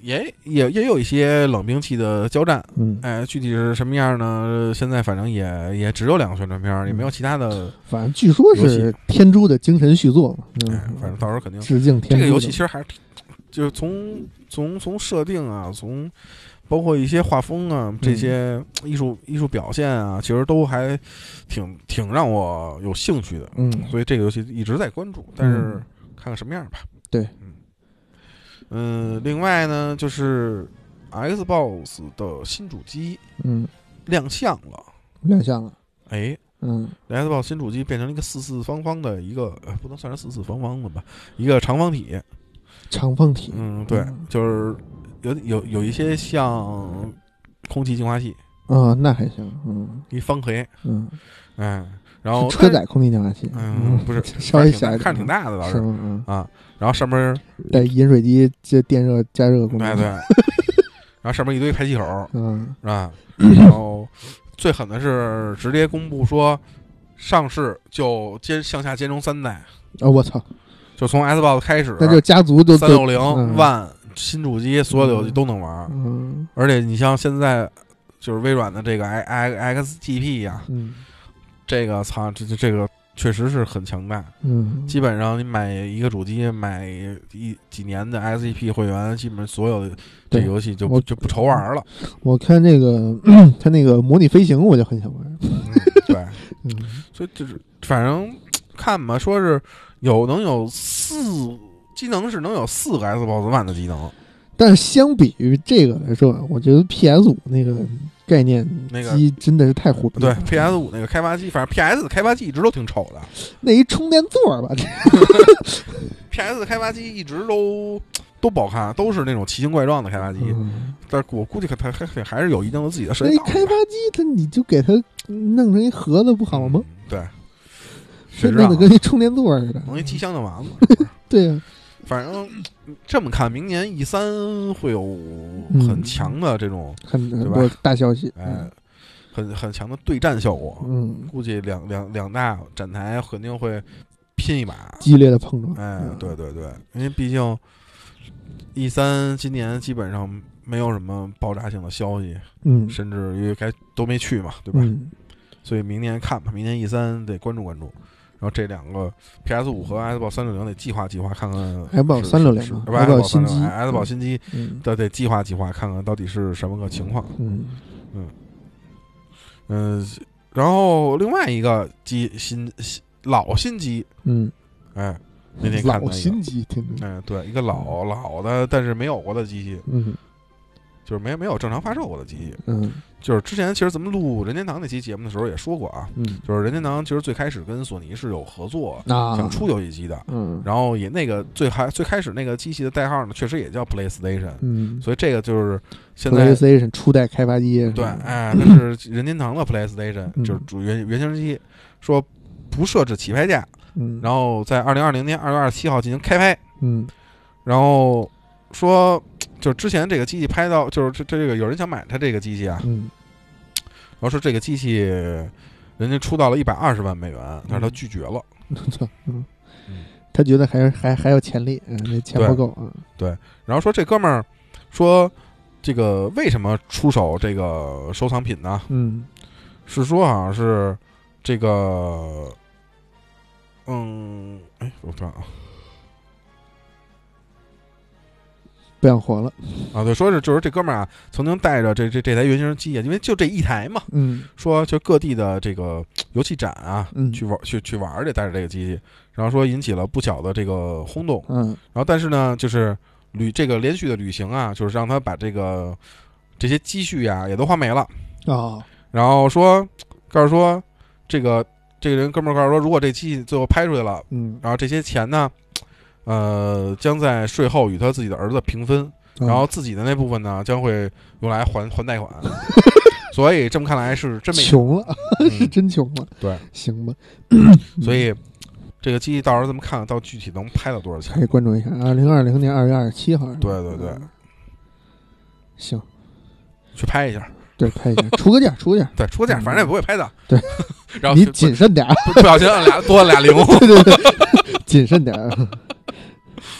S2: 也也也有一些冷兵器的交战，
S1: 嗯，
S2: 哎，具体是什么样呢？现在反正也也只有两个宣传片儿，也没有其他的，
S1: 反正据说
S2: 游
S1: 是天珠的精神续作嘛，嗯
S2: 哎，反正到时候肯定
S1: 致敬
S2: 这
S1: 天珠的
S2: 个游戏其实还是挺，就是从从从设定啊，从包括一些画风啊，这
S1: 嗯
S2: 些艺术、艺术表现啊，其实都还挺挺让我有兴趣的，
S1: 嗯
S2: 所以这个游戏一直在关注，但是
S1: 嗯
S2: 看看什么样吧。
S1: 对，
S2: 嗯，嗯，另外呢，就是 Xbox 的新主机
S1: 嗯
S2: 亮相了，
S1: 亮相了，
S2: 哎。
S1: 嗯
S2: Xbox 新主机变成了一个四四方方的一个，呃，不能算是四四方方的吧，一个长方体。
S1: 长方体，
S2: 嗯，对，就是有有有一些像空气净化器，
S1: 啊，那还行，嗯
S2: 一方黑，
S1: 嗯，
S2: 嗯，然后
S1: 是车，载空气净化器，
S2: 嗯，不是，
S1: 稍微小一点，
S2: 看着挺大看着挺大的倒
S1: 是
S2: 是
S1: 吗？嗯，
S2: 啊，然后上面，
S1: 带饮水机接电热加热功
S2: 对
S1: 能，
S2: 哎对，然后上面一堆排气口啊
S1: 嗯
S2: 啊，然后最狠的是直接公布说上市就兼向下兼容三代，
S1: 啊，我操，
S2: 就从 Xbox 开始，
S1: 那就家族就
S2: 三六零
S1: 嗯、
S2: 万新主机所有的游戏
S1: 嗯
S2: 都能玩，
S1: 嗯
S2: 而且你像现在就是微软的这个 i i xGP 呀、
S1: 嗯
S2: 这个操，这这这个确实是很强大。
S1: 嗯，
S2: 基本上你买一个主机，买一几年的 SGP 会员，基本所有的这
S1: 对
S2: 游戏就
S1: 我
S2: 就不愁玩了。
S1: 我看那个 他那个模拟飞行，我就很想玩。
S2: 嗯对，
S1: 嗯
S2: 所以就是反正看吧，说是有能有四机能是能有四个 Xbox One 的机能，
S1: 但是相比于这个来说，啊我觉得 PS 五那个概念
S2: 那个
S1: 机真的是太虎逼
S2: 对
S1: 了。
S2: PS 五那个开发机，反正 PS 的开发机一直都挺丑的
S1: 那一充电座儿吧，这
S2: ，PS 的开发机一直都都不好看，都是那种奇形怪状的开发机。
S1: 嗯
S2: 但是我估计可它还还还是有一定的自己的审
S1: 那一
S2: 美道吧。
S1: 开发机，它你就给它弄成一盒子不好吗？
S2: 嗯？对，
S1: 是
S2: 谁知
S1: 弄
S2: 道
S1: 得
S2: 呢
S1: 跟一充电座儿似的。
S2: 弄一机箱就完了。
S1: 对啊，
S2: 反正这么看，明年 E 三会有
S1: 嗯
S2: 很强的这种，
S1: 很很
S2: 吧
S1: 多大消息。
S2: 哎，很很强的对战效果。
S1: 嗯，
S2: 估计两两两大展台肯定会拼一把。
S1: 激烈的碰撞。
S2: 哎
S1: 嗯，
S2: 对对对，因为毕竟 E 三今年基本上没有什么爆炸性的消息，
S1: 嗯，
S2: 甚至于该都没去嘛，对吧？
S1: 嗯，
S2: 所以明年看吧，明年 E 三得关注关注。然后这两个 PS 五和 Xbox 三六零得计划计划，看看
S1: Xbox
S2: 是
S1: 360
S2: 是
S1: 嘛
S2: 不是
S1: Xbox
S2: Xbox
S1: 啊新机
S2: 哎 Xbox 新机
S1: 嗯
S2: 得得计划计划，看看到底是什么个情况。
S1: 嗯
S2: 嗯，然后另外一个机新新老新机，
S1: 嗯，
S2: 哎，那天看到
S1: 老
S2: 一个，
S1: 新机听着。
S2: 哎，对，一个老老的，但是没有过的机器，
S1: 嗯
S2: 就是没没有正常发售过的机器。
S1: 嗯
S2: 就是之前其实咱们录任天堂那期节目的时候也说过啊，
S1: 嗯，
S2: 就是任天堂其实最开始跟索尼是有合作，
S1: 那
S2: 想出游戏机的。
S1: 啊嗯
S2: 然后也那个最还最开始那个机器的代号呢，确实也叫 PlayStation，
S1: 嗯
S2: 所以这个就是现在
S1: PlayStation 初代开发机是吧
S2: 对，哎，它是任天堂的 PlayStation，
S1: 嗯
S2: 就是主原原型机，说不设置起拍价，
S1: 嗯，
S2: 然后在二零二零年二月二十七号进行开拍，
S1: 嗯
S2: 然后说就是之前这个机器拍到，就是这这个有人想买它这个机器啊，
S1: 嗯
S2: 然后说这个机器人家出到了一百二十万美元，但是他拒绝了。
S1: 操嗯， 他觉得还是还还有潜力，嗯，那钱不
S2: 对
S1: 够啊，
S2: 然后说这哥们儿说这个为什么出手这个收藏品呢？
S1: 嗯
S2: 是说好像是这个，嗯，哎，我看啊，
S1: 不想活了，
S2: 啊，对，说是就是这哥们儿啊，曾经带着这这这台原型机啊，因为就这一台嘛，
S1: 嗯
S2: 说就各地的这个游戏展啊，
S1: 嗯
S2: 去玩去去玩儿去，带着这个机器，然后说引起了不小的这个轰动，
S1: 嗯
S2: 然后但是呢，就是旅这个连续的旅行啊，就是让他把这个这些积蓄啊也都花没了，
S1: 哦，
S2: 然后说告诉说这个这个人哥们儿告诉说，如果这机器最后拍出去了，
S1: 嗯，
S2: 然后这些钱呢，呃，将在税后与他自己的儿子平分，
S1: 哦嗯
S2: 然后自己的那部分呢，将会用来还还 贷款。所以这么看来是真没
S1: 穷了， 是
S2: 嗯，
S1: 真穷了，
S2: 对，
S1: 行吧，
S2: 所以这个机器到时候咱们看看到具体能拍到多少
S1: 可以
S2: 钱。
S1: 关注一下，二零二零年二月二十七号，
S2: 对对对
S1: 嗯，行，
S2: 去拍一下，
S1: 对，拍一下，出个价，出个价，
S2: 对，出个价，
S1: 嗯
S2: 反正也不会拍的。
S1: 对，
S2: 然后
S1: 你
S2: 就
S1: 谨慎点儿，
S2: 不不小心按俩多按 俩零
S1: 对对对，谨慎点儿，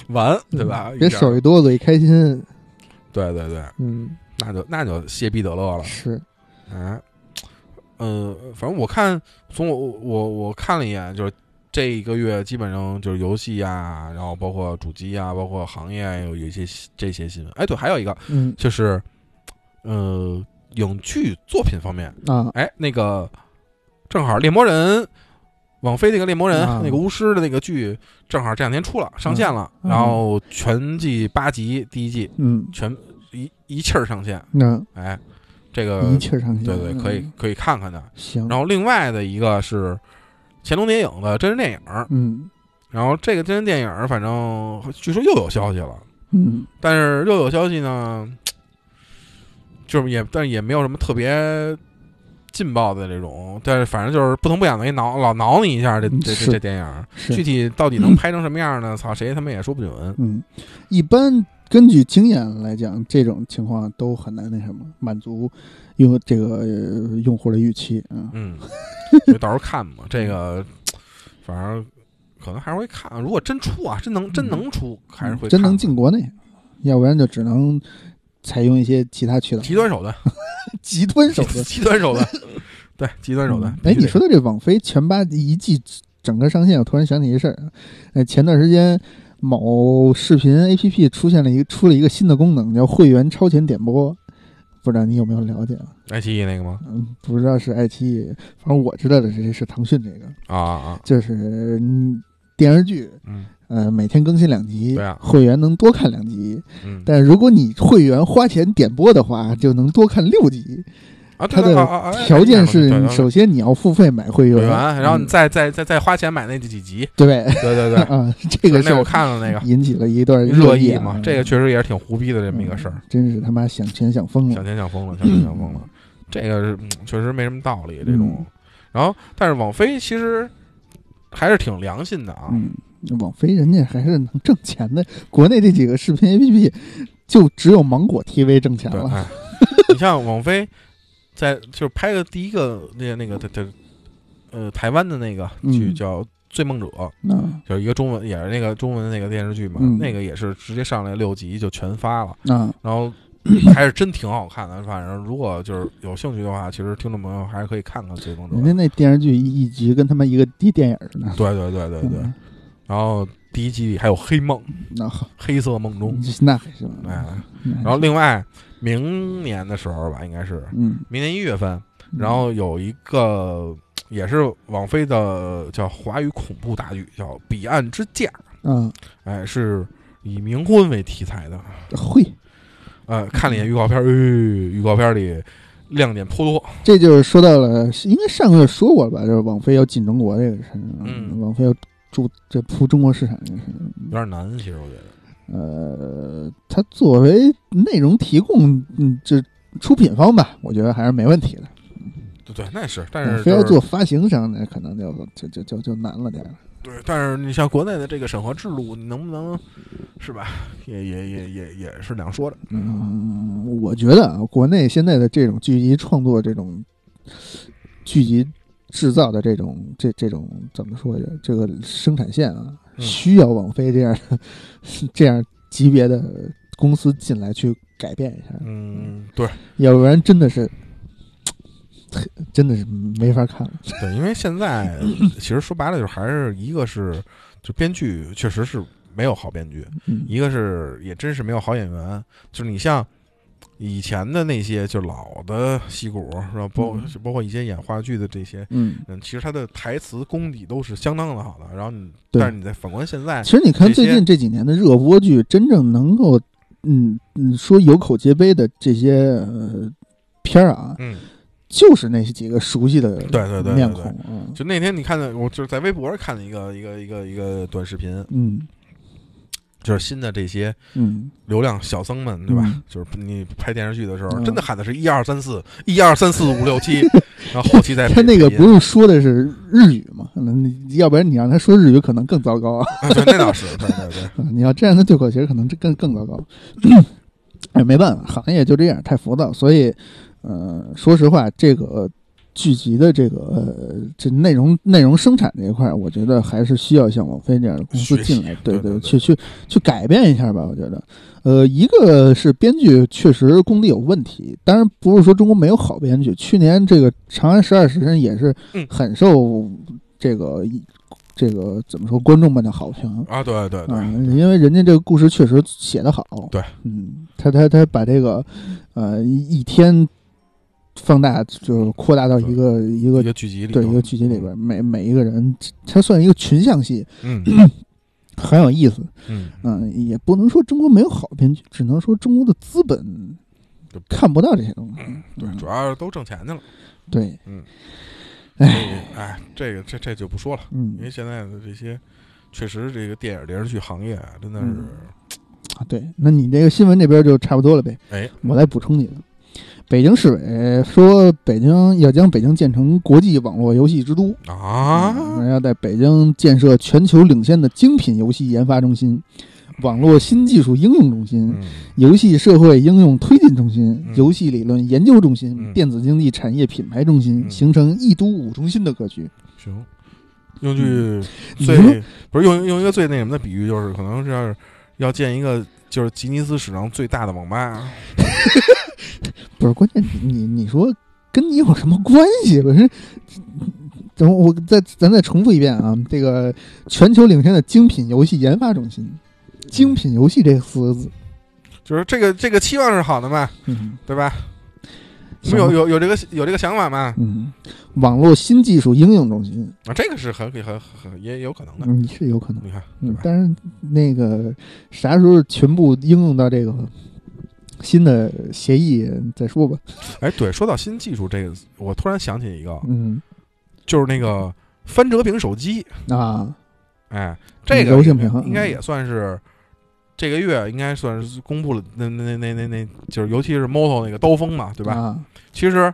S2: 完，对吧？
S1: 嗯别
S2: 一点
S1: 手一哆嗦一开心，
S2: 对对对，
S1: 嗯，
S2: 那就那就谢必得乐了。
S1: 是，
S2: 啊，呃，反正我看从我我我看了一眼，就是这一个月基本上就是游戏啊，然后包括主机啊，包括行业啊有有一些新这些新闻。哎，对，还有一个
S1: 嗯
S2: 就是，呃，影剧作品方面，
S1: 啊，
S2: 哎，那个正好《猎魔人》。网飞那个《猎魔人》
S1: 啊
S2: 那个巫师的那个剧，正好这两天出了，上线了，
S1: 嗯
S2: 然后全季八集，第一季
S1: 嗯，
S2: 全一一气儿上线，
S1: 那
S2: 哎，这个
S1: 一气儿上行，
S2: 对对，可以
S1: 嗯，
S2: 可以看看的。
S1: 行，
S2: 然后另外的一个是乾隆谍影的真人电影，
S1: 嗯
S2: 然后这个真人电影反正据说又有消息了，
S1: 嗯
S2: 但是又有消息呢，就是也但是也没有什么特别劲爆的这种，但是反正就是不疼不痒的给挠老挠你一下，这这
S1: 是
S2: 这这电影
S1: 是
S2: 具体到底能拍成什么样呢？操，谁他妈也说不准。
S1: 嗯，一般根据经验来讲，这种情况都很难那什么满足用这个、呃用户的预期啊。
S2: 嗯，所以到时候看嘛，这个反正可能还是会看。如果真出啊，真能真能出，还是会
S1: 嗯真
S2: 看
S1: 能进国内，要不然就只能采用一些其他渠道，
S2: 极端手段，
S1: 极端手段。
S2: 极端 手段，对，极端手段。
S1: 哎，
S2: 必须
S1: 你
S2: 得
S1: 说到这网飞全八一季整个上线，我突然想起一事儿啊。呃，前段时间某视频 APP 出现了一个出了一个新的功能，叫会员超前点播，不知道你有没有了解啊？
S2: 爱奇艺那个吗？
S1: 嗯，不知道是爱奇艺，反正我知道的是是腾讯这个，
S2: 啊啊，
S1: 就是嗯电视剧。
S2: 嗯
S1: 呃，每天更新两集，
S2: 对啊
S1: 会员能多看两集。
S2: 嗯，
S1: 但如果你会员花钱点播的话，就能多看六集。
S2: 啊，
S1: 它
S2: 对对
S1: 的
S2: 啊啊啊
S1: 条件
S2: 对
S1: 是
S2: 对，对
S1: 首先你要付费买会
S2: 有
S1: 员，
S2: 缘，然后你
S1: 嗯
S2: 再再再再花钱买那几集，
S1: 对
S2: 对对对，
S1: 啊， 这个
S2: 那
S1: 是
S2: 我看了 那个
S1: 引起了一段
S2: 热
S1: 议
S2: 议
S1: 啊
S2: 嘛，这个确实也是挺胡逼的这么一个事儿
S1: 嗯，真是他妈想钱想疯
S2: 想
S1: 了。
S2: 钱想疯了，想钱想疯了，这个是嗯确实没什么道理这种
S1: 嗯。
S2: 然后，但是网飞其实还是挺良心的啊，
S1: 嗯，网飞人家还是能挣钱的，国内这几个视频 APP 就只有芒果 TV 挣钱
S2: 对，
S1: 了。
S2: 哎，你像网飞在就是拍的第一个那那个的的呃台湾的那个剧
S1: 嗯
S2: 叫《醉梦者》，
S1: 啊
S2: 就是一个中文也是那个中文的那个电视剧嘛，
S1: 嗯
S2: 那个也是直接上来六集就全发了，
S1: 啊，
S2: 然后还是真挺好看的。反正如果就是有兴趣的话，其实听众朋友还是可以看看《追风者
S1: 人》家。那电视剧一一集跟他妈一个一电影儿似的。
S2: 对对对对对。
S1: 嗯，
S2: 然后第一集里还有黑梦，
S1: 那好，
S2: 黑色梦中。
S1: 那还行。
S2: 哎，
S1: 那还
S2: 然后
S1: 行
S2: 另外明年的时候吧，应该是
S1: 嗯，
S2: 明年一月份，
S1: 嗯
S2: 然后有一个也是网飞的叫华语恐怖大剧，叫《彼岸之嫁》，
S1: 嗯，
S2: 哎，是以冥婚为题材的。
S1: 啊会，
S2: 呃，
S1: 嗯
S2: 看了一眼预告片，哎，预告片里亮点颇多。
S1: 这就是说到了，应该上个月说过了吧？就是网飞要进中国这个事儿，
S2: 嗯
S1: 网飞要注这铺中国市场这个事儿。
S2: 有点难，其实我觉得。
S1: 呃，它作为内容提供，嗯，这出品方吧，我觉得还是没问题的。
S2: 对对，那是，但
S1: 嗯
S2: 是
S1: 非要
S2: 就是
S1: 做发行商，那可能就就就就就难了点儿。
S2: 对，但是你像国内的这个审核制度，你能不能是吧？也也也也也是两说的。
S1: 嗯，我觉得啊，国内现在的这种剧集创作、这种剧集制造的这种这这种怎么说呀？这个生产线啊，
S2: 嗯
S1: 需要网飞这样 的这样级别的公司进来去改变一下，
S2: 嗯，对
S1: 要不然真的是真的是没法看了。
S2: 对，因为 现在其实说白了，就是还是一个是就编剧确实是没有好编剧，
S1: 嗯
S2: 一个是也真是没有好演员。就是你像以前的那些就老的戏骨，是吧？包
S1: 嗯
S2: 就包括一些演话剧的这些。
S1: 嗯，
S2: 嗯，其实他的台词功底都是相当的好的，然后你，
S1: 对
S2: 但是你再反观现在，
S1: 其实你看
S2: 这
S1: 最
S2: 些
S1: 近这几年的热播剧，真正能够嗯嗯说有口皆碑的这些呃片儿啊，
S2: 嗯，
S1: 就是那几个熟悉的
S2: 对对对
S1: 面
S2: 对
S1: 孔
S2: 对，
S1: 嗯
S2: 就那天你看的，我就是在微博上看了一个一个一个一个短视频，
S1: 嗯
S2: 就是新的这些
S1: 嗯，
S2: 流量小僧们，对吧？
S1: 嗯
S2: 就是你拍电视剧的时候，
S1: 嗯
S2: 真的喊的是一二三四，一二三四五六 七，然后后期再
S1: 他那个
S2: 配音
S1: 不是说的是日语嘛？可能你要不然你让他说日语可能更糟糕啊！
S2: 啊对，那倒是，对对对，
S1: 嗯你要这样的对口型可能这更更糟糕。哎， 没办法，行业就这样，太浮躁。所以，呃，说实话，这个剧集的这个呃这内容内容生产这一块儿，我觉得还是需要像网飞这样的公司
S2: 学习
S1: 进来，对
S2: 对对
S1: 去去去改变一下吧。我觉得，呃，一个是编剧确实功底有问题，当然不是说中国没有好编剧。去年这个《长安十二时辰》也是
S2: 嗯
S1: 很受这个、这个怎么说观众们的好评。
S2: 啊，对对对，
S1: 嗯，因为人家这个故事确实写得好。
S2: 对，
S1: 嗯，他他他把这个呃一一天放大，就是扩大到一个一
S2: 一
S1: 个
S2: 个剧集里头，
S1: 对一个剧集里边，每每一个人，它算一个群像戏，
S2: 嗯，
S1: 很有意思。
S2: 嗯嗯，
S1: 嗯，也不能说中国没有好编剧，只能说中国的资本
S2: 对
S1: 看不到这些东西。
S2: 对，
S1: 嗯
S2: 主要是都挣钱 去了，
S1: 对，
S2: 所以哎，这个这这就不说了，因为
S1: 嗯，
S2: 现在的这些确实这个电影电视剧行业啊真的是
S1: 嗯对，那你这个新闻这边就差不多了呗。
S2: 哎，
S1: 我来补充几个。北京市委说，北京要将北京建成国际网络游戏之都。
S2: 啊，
S1: 嗯嗯要在北京建设全球领先的精品游戏研发中心，网络新技术应用中心、
S2: 嗯
S1: 游戏社会应用推进中心、
S2: 嗯
S1: 游戏理论研究中心、
S2: 嗯
S1: 电子竞技产业品牌中心，
S2: 嗯
S1: 形成一都五中心的格局。
S2: 行。用句
S1: 嗯你
S2: 最、
S1: 说
S2: 不是用用一个最那什么的比喻，就是可能是要是要建一个就是吉尼斯史上最大的网吧，
S1: 不是关键 你，你你说跟你有什么关系？我是，等我再咱再重复一遍啊，这个全球领先的精品游戏研发中心，
S2: 嗯
S1: 精品游戏这四个字，
S2: 就是这个这个期望是好的嘛，
S1: 嗯，
S2: 对吧？我
S1: 行
S2: 们
S1: 吧
S2: 有有有这个有这个想法嘛？
S1: 嗯，网络新技术应用中心，
S2: 啊，这个是很很很很也有可能的。
S1: 嗯，是有可能，
S2: 你看，对
S1: 嗯
S2: 吧，？
S1: 但是那个啥时候全部应用到这个新的协议再说吧，
S2: 哎，对，说到新技术这个，我突然想起一个，
S1: 嗯
S2: 就是那个翻折屏手机，
S1: 啊，
S2: 哎，这个
S1: 柔性屏
S2: 应该
S1: 嗯
S2: 也算是这个月应该算是公布了，那那那那那，就是尤其是 Moto 那个刀锋嘛，对
S1: 对
S2: 吧？
S1: 啊，
S2: 其实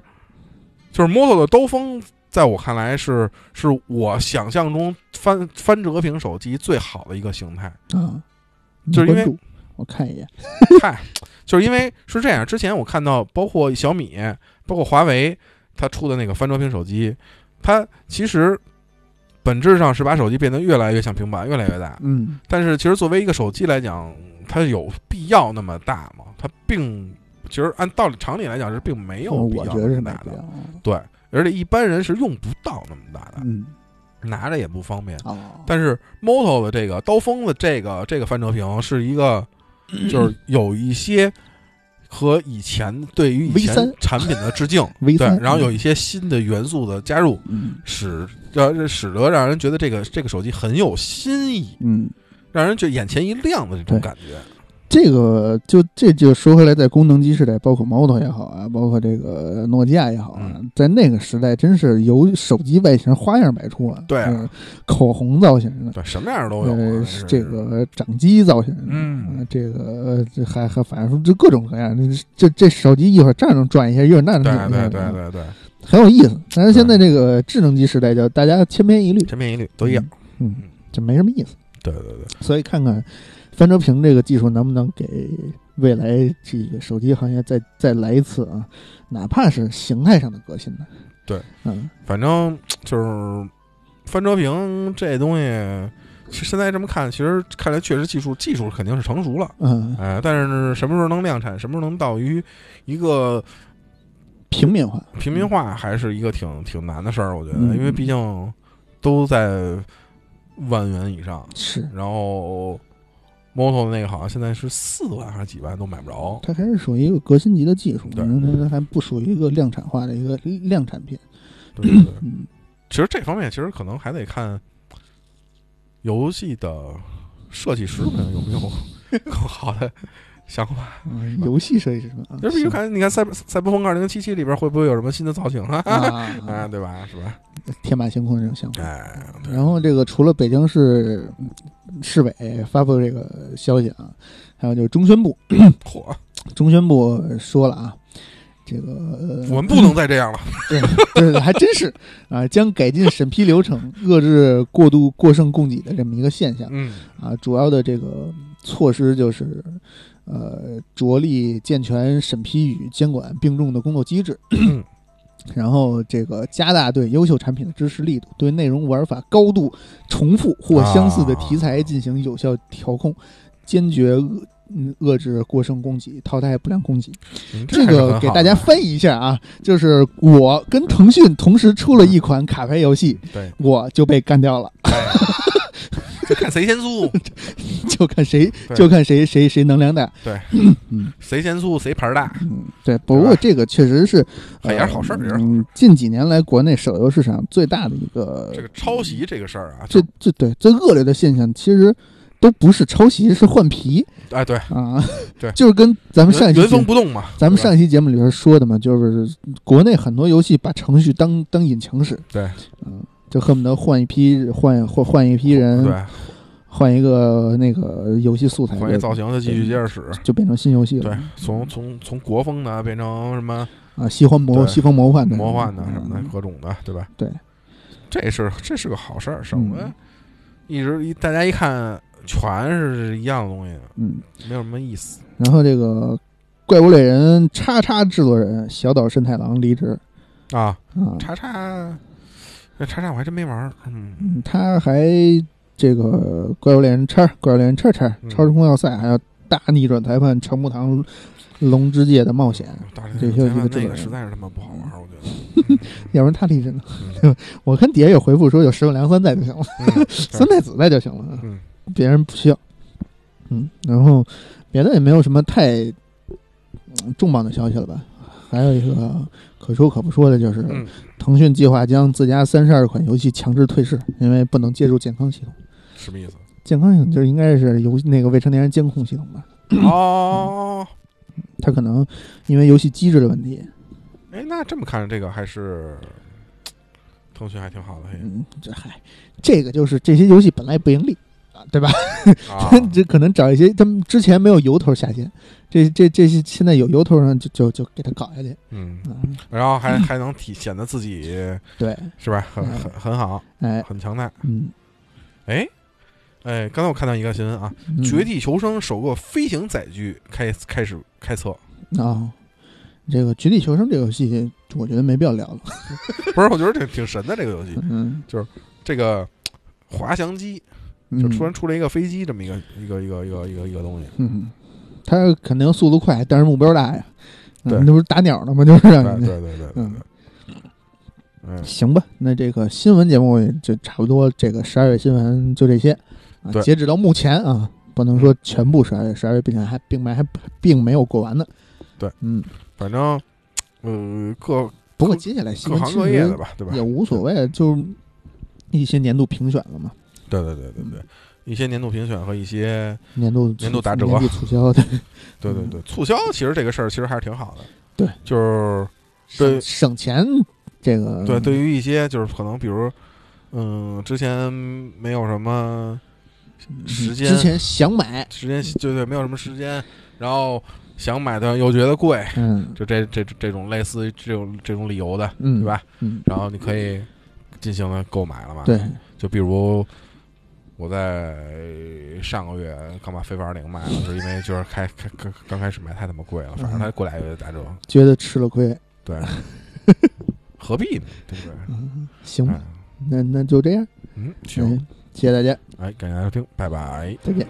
S2: 就是 Moto 的刀锋，在我看来是是我想象中翻翻折屏手机最好的一个形态。
S1: 啊，
S2: 就是因为
S1: 关注我看一眼，
S2: 嗨，就是因为是这样，之前我看到包括小米、包括华为，它出的那个翻折屏手机，它其实本质上是把手机变得越来越像平板，越来越大。
S1: 嗯
S2: 但是其实作为一个手机来讲，它有必要那么大吗？它并其实按道理常理来讲是并没有必
S1: 嗯我
S2: 要
S1: 觉
S2: 那
S1: 得是
S2: 么
S1: 没
S2: 大
S1: 必
S2: 的，
S1: 要，
S2: 对，而且一般人是用不到那么大的，
S1: 嗯，
S2: 拿着也不方便。
S1: 哦，
S2: 但是 Moto 的这个刀锋的这个这个翻折屏是 一个，就是有一些和以前对于以前
S1: V3
S2: 产品的致敬，
S1: V
S2: 对，
S1: 三，
S2: 然后有一些新的元素的加入，
S1: 嗯
S2: 使让使得让人觉得这个这个手机很有新意，
S1: 嗯，
S2: 让人就眼前一亮的这种
S1: 对
S2: 感觉。
S1: 这个就这就说回来，在功能机时代，包括 Moto 也好啊，包括这个诺基亚也好啊，
S2: 嗯
S1: 在那个时代，真是有手机外形花样百出啊，
S2: 对啊
S1: 就是口红造型的，
S2: 对，什么样的都有
S1: 呃
S2: 啊。真，是
S1: 这个掌机造型的，
S2: 嗯
S1: 啊这个呃这还还反正就各种各样，这这这手机一会儿这儿能转一下，一会儿那能
S2: 对
S1: 转一下，
S2: 对对对对，
S1: 很有意思。但是现在这个智能机时代，就大家千篇一律，
S2: 千篇一律都一样。
S1: 嗯，嗯，这没什么意思。
S2: 对对对，
S1: 所以看看翻折屏这个技术能不能给未来这个手机行业再再来一次啊，哪怕是形态上的革新呢？
S2: 对，
S1: 嗯，
S2: 反正就是翻折屏这东西，其实现在这么看，其实看来确实技术技术肯定是成熟了。
S1: 嗯，
S2: 哎，但是什么时候能量产，什么时候能到于一个
S1: 平民化，
S2: 平民化，还是一个挺挺难的事儿。我觉得，
S1: 嗯
S2: 因为毕竟都在万元以上，
S1: 是，
S2: 然后 Moto 那个好像现在是四万还是几万都买不着。
S1: 它还是属于一个革新级的技术，
S2: 对
S1: 它还不属于一个量产化的一个量产 品。
S2: 对 对对，
S1: 嗯，
S2: 其实这方面其实可能还得看游戏的设计师们有没 有更好的想法。
S1: 嗯游戏设计师们啊，
S2: 就是比如看，你看赛《赛博朋克二零七七》里边会不会有什么新的造型啊？
S1: 行 啊
S2: 啊，
S1: 啊，
S2: 对吧？是吧？
S1: 天马行空这种想法。
S2: 哎，对
S1: 然后这个除了北京市嗯市委发布这个消息啊，还有就是中宣部，
S2: 嚯，
S1: 中宣部说了啊，这个呃
S2: 我们不能再这样了。
S1: 对，还真是啊，将改进审批流程，遏制过度过剩供给的这么一个现象
S2: 嗯，
S1: 啊。主要的这个措施就是，呃，着力健全审批与监管并重的工作机制， 然后这个加大对优秀产品的支持力度，对内容玩法高度重复或相似的题材进行有效调控，坚决遏嗯遏制过剩供给，淘汰不良供给。
S2: 嗯
S1: 这个给大家翻译一下啊，就是我跟腾讯同时出了一款卡牌游戏，
S2: 对，
S1: 我就被干掉了，
S2: 哎就看谁先输，
S1: 就看谁
S2: 对
S1: 就看谁谁谁能量大。
S2: 谁先输谁牌儿大。
S1: 嗯，对。不过这个确实是
S2: 哎也是好事儿也是好事
S1: 嗯，近几年来国内手游市场最大的一个
S2: 这个抄袭这个事儿啊，
S1: 最
S2: 就
S1: 最对最恶劣的现象，其实都不是抄袭，是换皮
S2: 哎对，
S1: 啊。
S2: 对
S1: 就是跟咱们上一
S2: 原
S1: 期
S2: 原
S1: 节
S2: 封
S1: 目
S2: 不动嘛。
S1: 咱们
S2: 对吧
S1: 上一期节目里边说的嘛，就是国内很多游戏把程序当当引擎使，
S2: 对，
S1: 嗯，就恨不得换一批换换换一批人，
S2: 对，
S1: 换一个那个游戏素材，
S2: 换一造型就继续接着使。
S1: 就变成新游戏了。
S2: 对，
S1: 嗯
S2: 从从从国风的变成什么
S1: 啊，西方魔
S2: 对
S1: 西方魔幻的
S2: 魔幻的什么的
S1: 嗯
S2: 各种的，对吧？
S1: 对，
S2: 这是这是个好事儿，省得
S1: 嗯
S2: 一直一大家一看全是一样的东西，
S1: 嗯，
S2: 没有什么意思。
S1: 然后这个怪物猎人叉叉制作人小岛慎太郎离职
S2: 啊，
S1: 啊，
S2: 叉叉，那叉叉我还真没玩儿，嗯，
S1: 嗯他还这个怪物猎人叉、怪物猎人叉叉、
S2: 嗯
S1: 超时空要塞，还有大逆转裁判、长木堂、龙之界的冒险，
S2: 大
S1: 嗯这嗯
S2: 个
S1: 些游戏的制
S2: 那
S1: 作
S2: 个
S1: 人
S2: 实在是他妈不好玩儿，我 觉得。
S1: 要不然他离职呢
S2: 嗯？
S1: 对吧我看底下有回复说有石本良三在就行了，
S2: 嗯
S1: 三代子在就行了，
S2: 嗯
S1: 别人不需要。嗯，然后别的也没有什么太嗯重磅的消息了吧？还有一个可说可不说的就是，
S2: 嗯
S1: 腾讯计划将自家三十二款游戏强制退市，因为不能接入健康系统。
S2: 什么 意思？
S1: 健康系统就是应该是游那个未成年人监控系统吧？
S2: 哦，
S1: 它可能因为游戏机制的问题，
S2: 哎，那这么看，这个还是腾讯还 挺好的，嘿
S1: 嗯，这嗨，这个就是这些游戏本来不盈利啊，对吧？
S2: 啊
S1: 这可能找一些他们之前没有由头下线，这这这些现在有由头上就就就给他搞下去。
S2: 嗯，
S1: 嗯，
S2: 然后还还能体显得自己
S1: 对，
S2: 是吧？很
S1: 嗯
S2: 很很好，
S1: 哎，
S2: 很强大。
S1: 嗯，
S2: 哎哎，刚才我看到一个新闻啊，
S1: 嗯
S2: 《绝地求生》首个飞行载具开开始开测，
S1: 啊、这个《绝地求生》这游戏，我觉得没必要聊了。
S2: 不是？我觉得挺挺神的这个游戏，
S1: 嗯，
S2: 这个滑翔机就
S1: 就
S2: 突然出了一个飞机这么一个一个一个一个一个一个东西，
S1: 嗯，他肯定速度快，但是目标大呀。嗯
S2: 对
S1: 那不是打鸟呢吗？就是
S2: 对
S1: 让
S2: 对
S1: 你
S2: 对对对对
S1: 嗯。
S2: 嗯，
S1: 行吧。那这个新闻节目也就差不多，这个十二月新闻就这些啊。
S2: 对嗯
S1: 截止到目前啊，不能说全部十二月，十二月并且还并没还并没有过完呢。
S2: 对，
S1: 嗯，
S2: 反正呃各
S1: 不过接下来新
S2: 各
S1: 闻
S2: 行
S1: 其
S2: 各业的
S1: 实
S2: 吧，对吧
S1: 也？无所谓，就是一些年度评选了嘛，
S2: 对对对对对，一些年度评选和一些
S1: 年度促
S2: 年度打折
S1: 年度促 销的，
S2: 对对对促销，其实这个事儿其实还是挺好的。
S1: 嗯对，
S2: 就是对
S1: 省省钱这个
S2: 对，对于一些就是可能，比如，嗯，之前没有什么
S1: 嗯
S2: 时间
S1: 之前想 买，
S2: 时间，对对，没有什么时间，然后想买的又觉得贵，
S1: 嗯
S2: 就这这这种类似于这种这种理由的，
S1: 嗯，
S2: 对？吧？
S1: 嗯，
S2: 然后你可以进行了购买了嘛？
S1: 对，，
S2: 就比如我在上个月刚把《非法二零》卖了，是因为就是开开刚刚开始卖太他妈贵了，
S1: 嗯
S2: 反正它过俩月就打折，
S1: 觉得吃了亏，
S2: 对，何必呢？对不对？
S1: 嗯，行吧，
S2: 嗯
S1: 那那就这样，哎
S2: 嗯，行
S1: 嗯，，谢谢大家，
S2: 哎，感谢大家收听，拜拜。
S1: 再见。